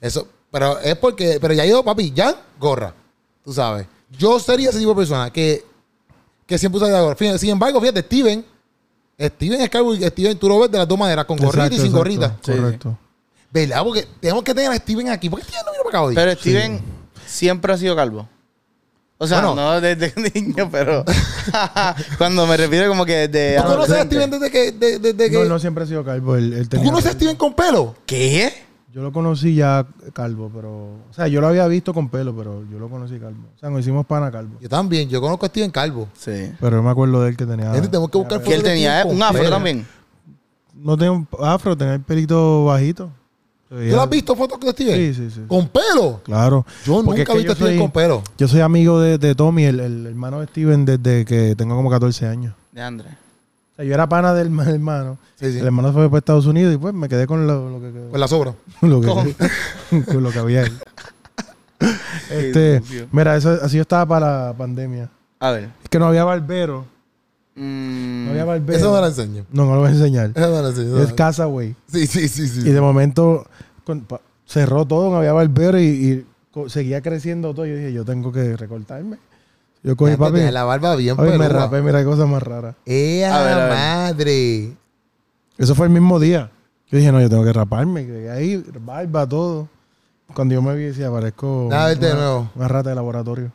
C: Eso, pero es porque, pero ya yo, papi, ya, gorra. Tú sabes. Yo sería ese tipo de persona que, que siempre usa la gorra. Fíjate, sin embargo, fíjate, Steven. Steven es calvo y Steven, tú lo ves de las dos maneras, con gorrita
A: Exacto,
C: y sin
A: exacto.
C: gorrita.
B: Sí.
A: Correcto.
C: ¿Verdad? Porque tenemos que tener a Steven aquí. ¿Por qué Steven no vino para acá hoy?
B: Pero Steven siempre ha sido calvo. O sea,
C: Bueno.
B: no desde niño, pero cuando me refiero como que desde...
C: ¿Tú conoces a
B: adolescente.
C: Steven desde que, de- desde que-
A: No, no siempre ha sido calvo. Él, él
C: ¿Tú
A: tenía
C: conoces a Steven con pelo?
B: ¿Qué?
A: Yo lo conocí ya calvo, pero. O sea, yo lo había visto con pelo, pero yo lo conocí calvo. O sea, nos hicimos pana calvo.
C: Yo también. Yo conozco a Steven calvo.
B: Sí.
A: Pero yo me acuerdo de él que tenía.
C: Gente, tenemos que buscar
B: Que él
C: fotos de
B: tenía
C: Steven
B: un
C: con
B: afro
C: pelo.
B: también.
A: No tenía un afro, tenía el pelito bajito.
C: ¿Tú
A: Se veía-
C: lo has visto fotos de Steven?
A: Sí, sí, sí.
C: ¿Con pelo?
A: Claro.
C: Yo
A: Porque es
C: nunca
A: que
C: he visto a
A: yo
C: Steven
A: soy-
C: con pelo.
A: Yo soy amigo de, de Tommy, el, el hermano de Steven, desde que tengo como 14 años.
B: De André.
A: O sea, yo era pana del ma- hermano.
C: Sí, sí.
A: El hermano se fue para Estados Unidos y pues me quedé con lo, lo que quedó.
C: Pues la sobra.
A: lo que,
B: Con-
A: con lo que había ahí. Este,
B: sucio.
A: mira, eso, así yo estaba para la pandemia.
B: A ver.
A: Es que no había barbero.
B: Mm,
A: No había barbero.
C: Eso no la enseño.
A: No, no lo voy a enseñar.
C: Eso no la enseño.
A: Es casa, güey.
C: Sí, sí, sí, sí.
A: Y de momento con- pa- cerró todo, no había barbero y, y co- seguía creciendo todo. Yo dije, yo tengo que recortarme. Yo cogí,
C: Antes
A: papi,
C: tenía la barba bien
A: papi, me
C: pelúa.
A: rapé, mira qué cosa más rara.
C: ¡Ea
B: A ver, a ver.
C: madre!
A: Eso fue el mismo día. Yo dije, no, yo tengo que raparme. que ahí, barba, todo. Cuando yo me vi, decía, parezco
C: Nada, vete de
A: una-
C: nuevo.
A: una rata de laboratorio.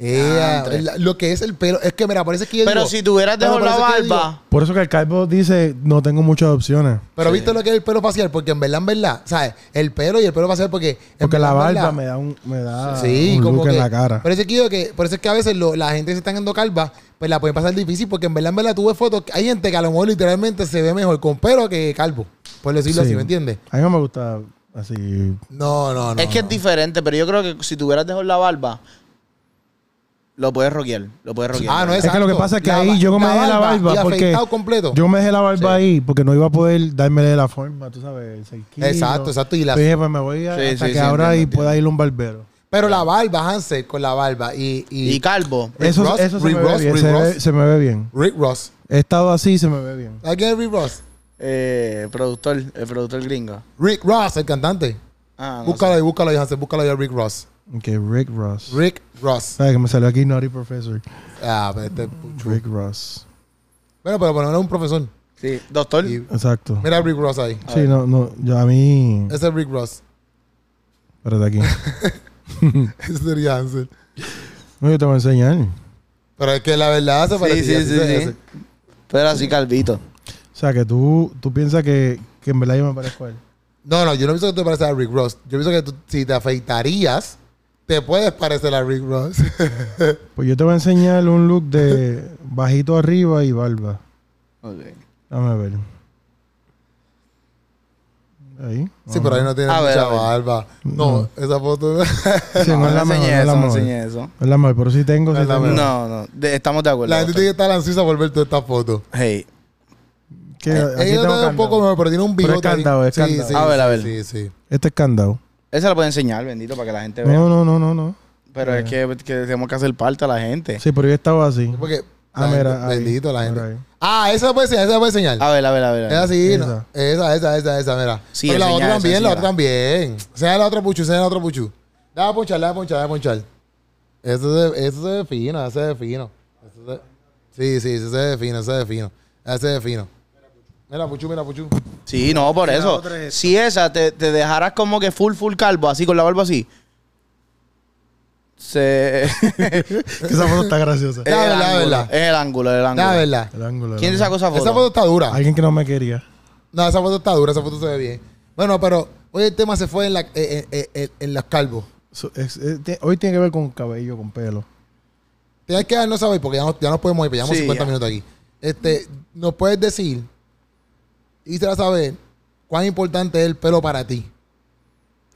C: ¡Ea!
B: Diantre.
C: La- Lo que es el pelo. Es que, mira, parece que yo
B: Pero
C: digo-
B: si tuvieras
C: Pero
B: dejado la
C: parece que yo
B: barba...
A: Por eso que el calvo dice, no tengo muchas opciones.
C: Pero viste lo que es el pelo facial, porque en verdad, en verdad, ¿sabes? El pelo y el pelo facial, porque. en
A: Porque la
C: verdad, en
A: barba
C: verdad,
A: me da un, me da
C: Sí,
A: Ah, un
C: como
A: look
C: que,
A: en la cara.
C: Por eso, es que digo que, por eso es que a veces lo- la gente que se está dando calva, pues la pueden pasar difícil, porque en verdad, en verdad, tú ves fotos. que Hay gente que a lo mejor literalmente se ve mejor con pelo que calvo, por decirlo
A: Sí.
C: así, ¿me entiendes?
A: A mí no me gusta así.
C: No, no, no.
B: es que
C: no.
B: es diferente, pero yo creo que si tuvieras dejado la barba, lo puedes rockear. Lo puedes rockear.
C: Ah, no,
A: Es que lo que pasa es que
C: La
A: ahí
C: ba-
A: yo me
C: la
A: dejé la
C: barba y
A: barba porque
C: afeitado completo.
A: yo me dejé la barba ahí porque no iba a poder dármele la forma, tú sabes, el seis kilos.
C: Exacto, exacto, y la-
A: Yo dije, pues me voy a,
B: Sí,
A: hasta
B: sí,
A: que
B: sí,
A: ahora y
B: entiendo,
A: pueda ir a un barbero.
C: Pero la barba, Hansel, con la barba. Y, y,
B: Y calvo.
C: Rick
A: Eso,
C: Ross,
A: eso se,
C: Rick
A: me ve
C: Ross,
A: bien,
C: Rick
A: se, ve,
C: Ross.
A: se me ve bien.
C: Rick Ross.
A: He estado así y se me ve bien.
C: ¿Sabes quién es Rick Ross?
B: Eh, productor, el productor gringo.
C: Rick Ross, el cantante.
B: Ah, no
C: búscalo ahí, búscalo ahí, Hansel, búscalo ahí a Rick Ross.
A: Ok, Rick Ross.
C: Rick Ross.
A: ¿Sabes que me salió aquí Naughty Professor?
C: Ah, pero este es pucho.
A: Rick Ross.
C: Bueno, pero por lo menos es un profesor.
B: sé. Sí. Doctor.
C: Y-
A: Exacto.
C: mira a Rick Ross ahí.
A: Sí, no, no, yo a mí...
C: Ese es Rick Ross.
A: Espérate aquí.
C: Ese sería Hansel.
A: No, yo te voy a enseñar.
C: Pero es que la verdad se
B: sí,
C: parece.
B: sí, sí, sí. Pero así calvito.
A: O sea, que tú, tú piensas que, que en verdad yo me parezco a él.
C: No, no, yo no pienso que tú te pareces a Rick Ross. Yo pienso que tú, si te afeitarías, te puedes parecer a Rick Ross.
A: Pues yo te voy a enseñar un look de bajito arriba y barba.
B: Ok.
A: Dame ver. Ahí.
C: sí, pero ahí no tienes
B: A ver,
C: mucha
B: a ver.
C: barba. No, esa foto.
A: Sí, no, es la mejor, no
B: enseñé
A: es
B: eso,
A: la
B: no
A: mejor.
B: enseñé eso.
A: No es la mejor, pero sí tengo.
C: No
A: sí
C: es la
A: tengo.
C: mejor.
B: No, no, de- estamos de acuerdo.
C: La gente tiene que estar ansiosa por ver todas estas fotos.
B: Hey,
A: Que
C: Eh,
A: aquí
C: Ella
A: tengo
C: te ve un
A: candado.
C: poco mejor, pero tiene un
A: Pero es
C: bigote. ahí.
A: candado, es
C: Sí,
A: candado.
C: sí,
B: A ver, a ver.
C: Sí, sí.
A: Este es candado.
B: esa la pueden enseñar, bendito, para que la gente vea.
A: No, no, no, no, no.
B: Pero es que, que tenemos que hacer parte a la gente.
A: Sí, pero yo estaba así.
C: Eh. Porque.
A: Ah,
C: la
A: mira,
C: gente-
A: ahí.
C: bendito la
A: Mira
C: gente.
A: ahí.
C: Ah, esa puede enseñar, esa puede enseñar.
B: A ver, a ver, a ver. a
C: Es
B: ver.
C: así,
A: Esa.
C: no. esa, esa, esa, esa, mira.
B: Sí,
C: Pero
B: enseñala,
C: la otra también, la
B: enseñala.
C: otra también. Sea la otra puchu, sea la otra puchu. Dame a ponchar, dame a ponchar, dame a ponchar. Eso se, eso se ve fino, eso se ve fino. Eso se- sí, sí, eso se ve fino, eso se ve fino. Eso se ve fino. Mira, puchu, mira, puchu.
B: Sí, no, por eso.
A: otra es
B: Si esa te, te dejaras como que full, full calvo, así con la barba así. Se. es
A: Esa foto está graciosa.
C: La verdad, la
B: ángulo,
C: verdad.
B: Es el ángulo, el ángulo.
C: La verdad.
A: El ángulo. el
B: ¿Quién te
A: ángulo.
B: sacó esa foto?
C: Esa foto está dura.
A: Alguien que no me quería.
C: No, esa foto está dura, esa foto se ve bien. Bueno, pero hoy el tema se fue en, la, eh, eh, eh, eh, en los calvos.
A: So- es- es- te- hoy tiene que ver con cabello, con pelo.
C: Tienes que darnos saber porque ya nos, ya nos podemos ir, pero llevamos
B: Sí,
C: 50
B: ya.
C: minutos aquí. Este, nos puedes decir y quisiera saber cuán importante es el pelo para ti.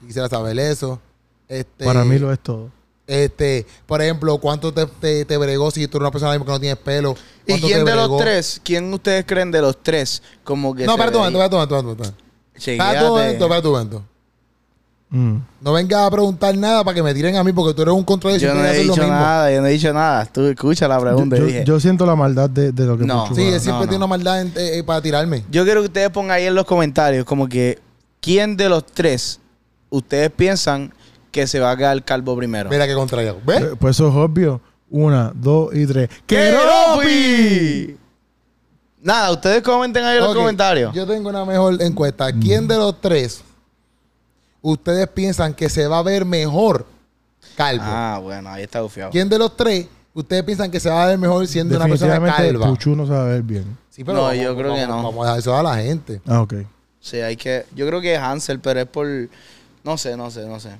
C: Quisiera saber eso. Este,
A: Para mí lo es todo.
C: Este, por ejemplo, cuánto te, te, te bregó si tú eres una persona que no tienes pelo.
B: ¿Y
C: ¿Cuánto
B: quién
C: te
B: de los
C: bregó?
B: tres? ¿Quién ustedes creen de los tres? Como que.
C: No,
B: se
C: espérate un momento,
B: veía-
C: espérate un momento, espérate un momento.
B: Chequéate.
C: Espérate un momento, espérate un momento.
A: Mm.
C: No vengas a preguntar nada para que me tiren a mí porque tú eres un control de
B: Yo no he
C: disciplina y haces lo
B: dicho
C: mismo.
B: nada, yo no he dicho nada. Tú escucha la
A: Yo,
B: pregunta.
A: yo-
B: y dije.
A: yo siento la maldad de, de lo que
B: No.
A: Puchu
C: Sí,
A: va.
C: él siempre
B: no.
C: tiene una maldad en- eh, eh, para tirarme.
B: Yo quiero que ustedes pongan ahí en los comentarios como que quién de los tres ustedes piensan que se va a quedar calvo primero.
C: Mira que contrario. ¿Ves?
A: Eh, Pues eso es obvio. Una, dos y tres. ¡Keropi!
B: ¡Keropi! Nada, ustedes comenten ahí en
C: Ok,
B: los comentarios. Mm.
C: Yo tengo una mejor encuesta. ¿Quién de los tres ustedes piensan que se va a ver mejor calvo?
B: Ah, bueno, ahí está bufiado.
C: ¿Quién de los tres ustedes piensan que se va a ver mejor siendo una persona
A: Definitivamente
C: calva?
A: Puchu no se va a ver bien.
C: Sí,
B: No, yo creo que
C: vamos-
B: no.
C: Vamos a dejar eso a la gente.
A: Ah, ok.
B: Sí, hay que. Yo creo que es Hansel, pero es por. No sé, no sé, no sé.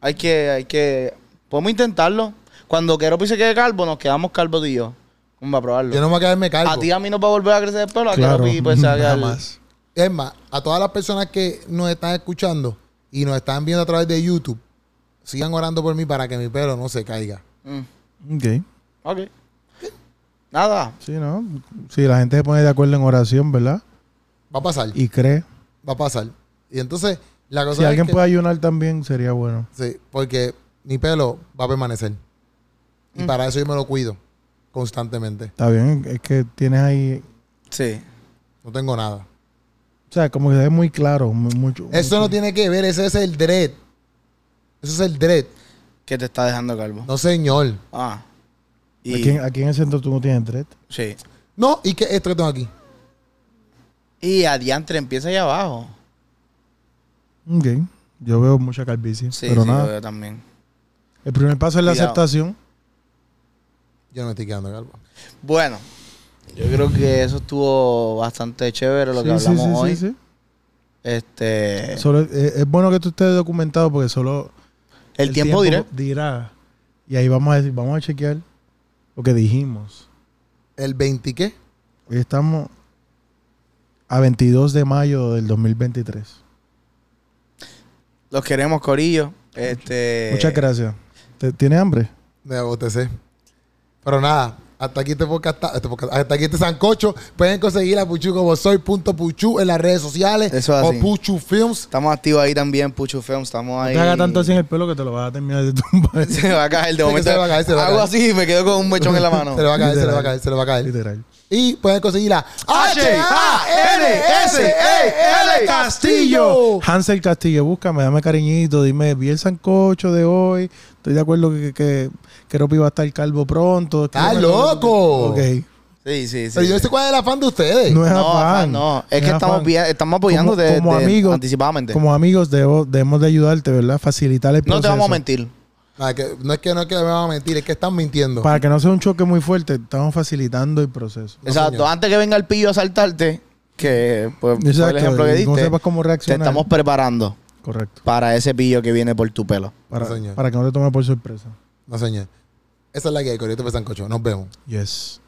B: Hay que, hay que. Podemos intentarlo. Cuando Keropi se quede calvo, nos quedamos calvos tú y yo. Vamos a probarlo.
C: Yo no me voy a quedarme calvo.
B: A ti y a mí no va a volver a crecer el pelo, a
A: Claro. Mm,
B: Keropi pues se va a quedar.
A: Jamás.
C: Es más, a todas las personas que nos están escuchando y nos están viendo a través de YouTube, sigan orando por mí para que mi pelo no se caiga.
B: Mm,
A: Ok.
B: ok. Nada.
A: Sí, ¿no? Sí, la gente se pone de acuerdo en oración, ¿verdad?
C: Va a pasar,
A: Y cree.
C: va a pasar. Y entonces, la cosa
A: Si
C: es
A: alguien
C: que-
A: puede ayunar también, sería bueno.
C: Sí, porque mi pelo va a permanecer. Y para eso yo me lo cuido constantemente.
A: Está bien, es que tienes ahí.
B: Sí.
C: No tengo nada.
A: O sea, como que se ve muy claro. mu- Mucho,
C: Eso no tiene que ver, ese es el dread. Eso es el dread.
B: Que te está dejando calvo.
C: No, señor.
B: Ah. Y,
A: Aquí, en- aquí en el centro tú no tienes dread.
B: sí.
C: No, ¿y qué esto que tengo aquí?
B: Y adiantre empieza allá abajo.
A: Ok. Yo veo mucha calvicie.
B: Sí,
A: pero
B: sí,
A: nada.
B: lo veo también.
A: El primer paso es la
B: Cuidado.
A: aceptación.
C: Yo no me estoy quedando calvo.
B: Bueno, yo creo que eso estuvo bastante chévere lo que
A: Sí, sí,
B: hablamos
A: sí,
B: hoy.
A: sí, sí.
B: Este,
A: Solo, eh, es bueno que tú estés documentado porque solo
B: el, tiempo, dirá.
A: dirá. Y ahí vamos a decir, vamos a chequear lo que dijimos.
C: ¿El 20 qué?
A: Hoy estamos a 22 de mayo del 2023.
B: Los queremos, Corillo. Este,
A: Muchas gracias. ¿Te- ¿Tienes hambre?
C: Me abotecé. Pero nada, hasta aquí este podcast, está- este podcast- hasta aquí este sancocho. Pueden conseguir a Puchu como soy punto Puchu en las redes sociales
B: Eso es
C: o
B: así.
C: Puchu Films.
B: Estamos activos ahí también, Pucho Films. Estamos
A: No
B: ahí.
A: te haga tanto así en el pelo que te lo vas a terminar de tumbar.
B: Se me va a caer de
C: Sí, que
B: momento.
C: se le va a caer, se le va a
B: Hago
C: caer.
B: así y me quedo con un mechón en la mano.
C: Se le va a caer, se le va a
A: Literal.
C: caer, se le va a caer.
A: Literal.
C: Y pueden conseguir a
B: H-A-N-S-E-L
C: H-A-N-S-E-L E Castillo.
A: Hansel Castillo, búscame, dame cariñito, dime, vi el sancocho de hoy. Estoy de acuerdo que, que, que Ropi va a estar calvo pronto.
C: ¡Está
A: Escríbeme lo-
C: loco!
A: Ok.
B: Sí, sí, sí.
C: Pero yo no sé cuál es el afán de ustedes.
A: No es
B: No,
A: afán.
B: afán, no. Es que
A: afán.
B: estamos, bien- estamos apoyando
A: Como-
B: de,
A: como
B: de-
A: amigos,
B: anticipadamente.
A: Como amigos debo- debemos de ayudarte, ¿verdad? Facilitar el
B: no
A: proceso.
B: te vamos a mentir.
C: Nada, que- no es que no es que me van a mentir, es que están mintiendo.
A: Para que no sea un choque muy fuerte, estamos facilitando el proceso.
C: No,
B: Exacto.
C: señor.
B: Antes que venga el pillo a saltarte, que pues, fue el
A: Exacto,
B: ejemplo que
A: y no
B: diste,
A: sepas cómo
B: te
A: reaccionar.
B: estamos preparando
A: Correcto.
B: para ese pillo que viene por tu pelo.
A: Para,
C: señor.
A: para que no te tome por sorpresa.
C: No, señor. Esa es la que hay, Corriente Sancocho. Nos vemos.
A: Yes.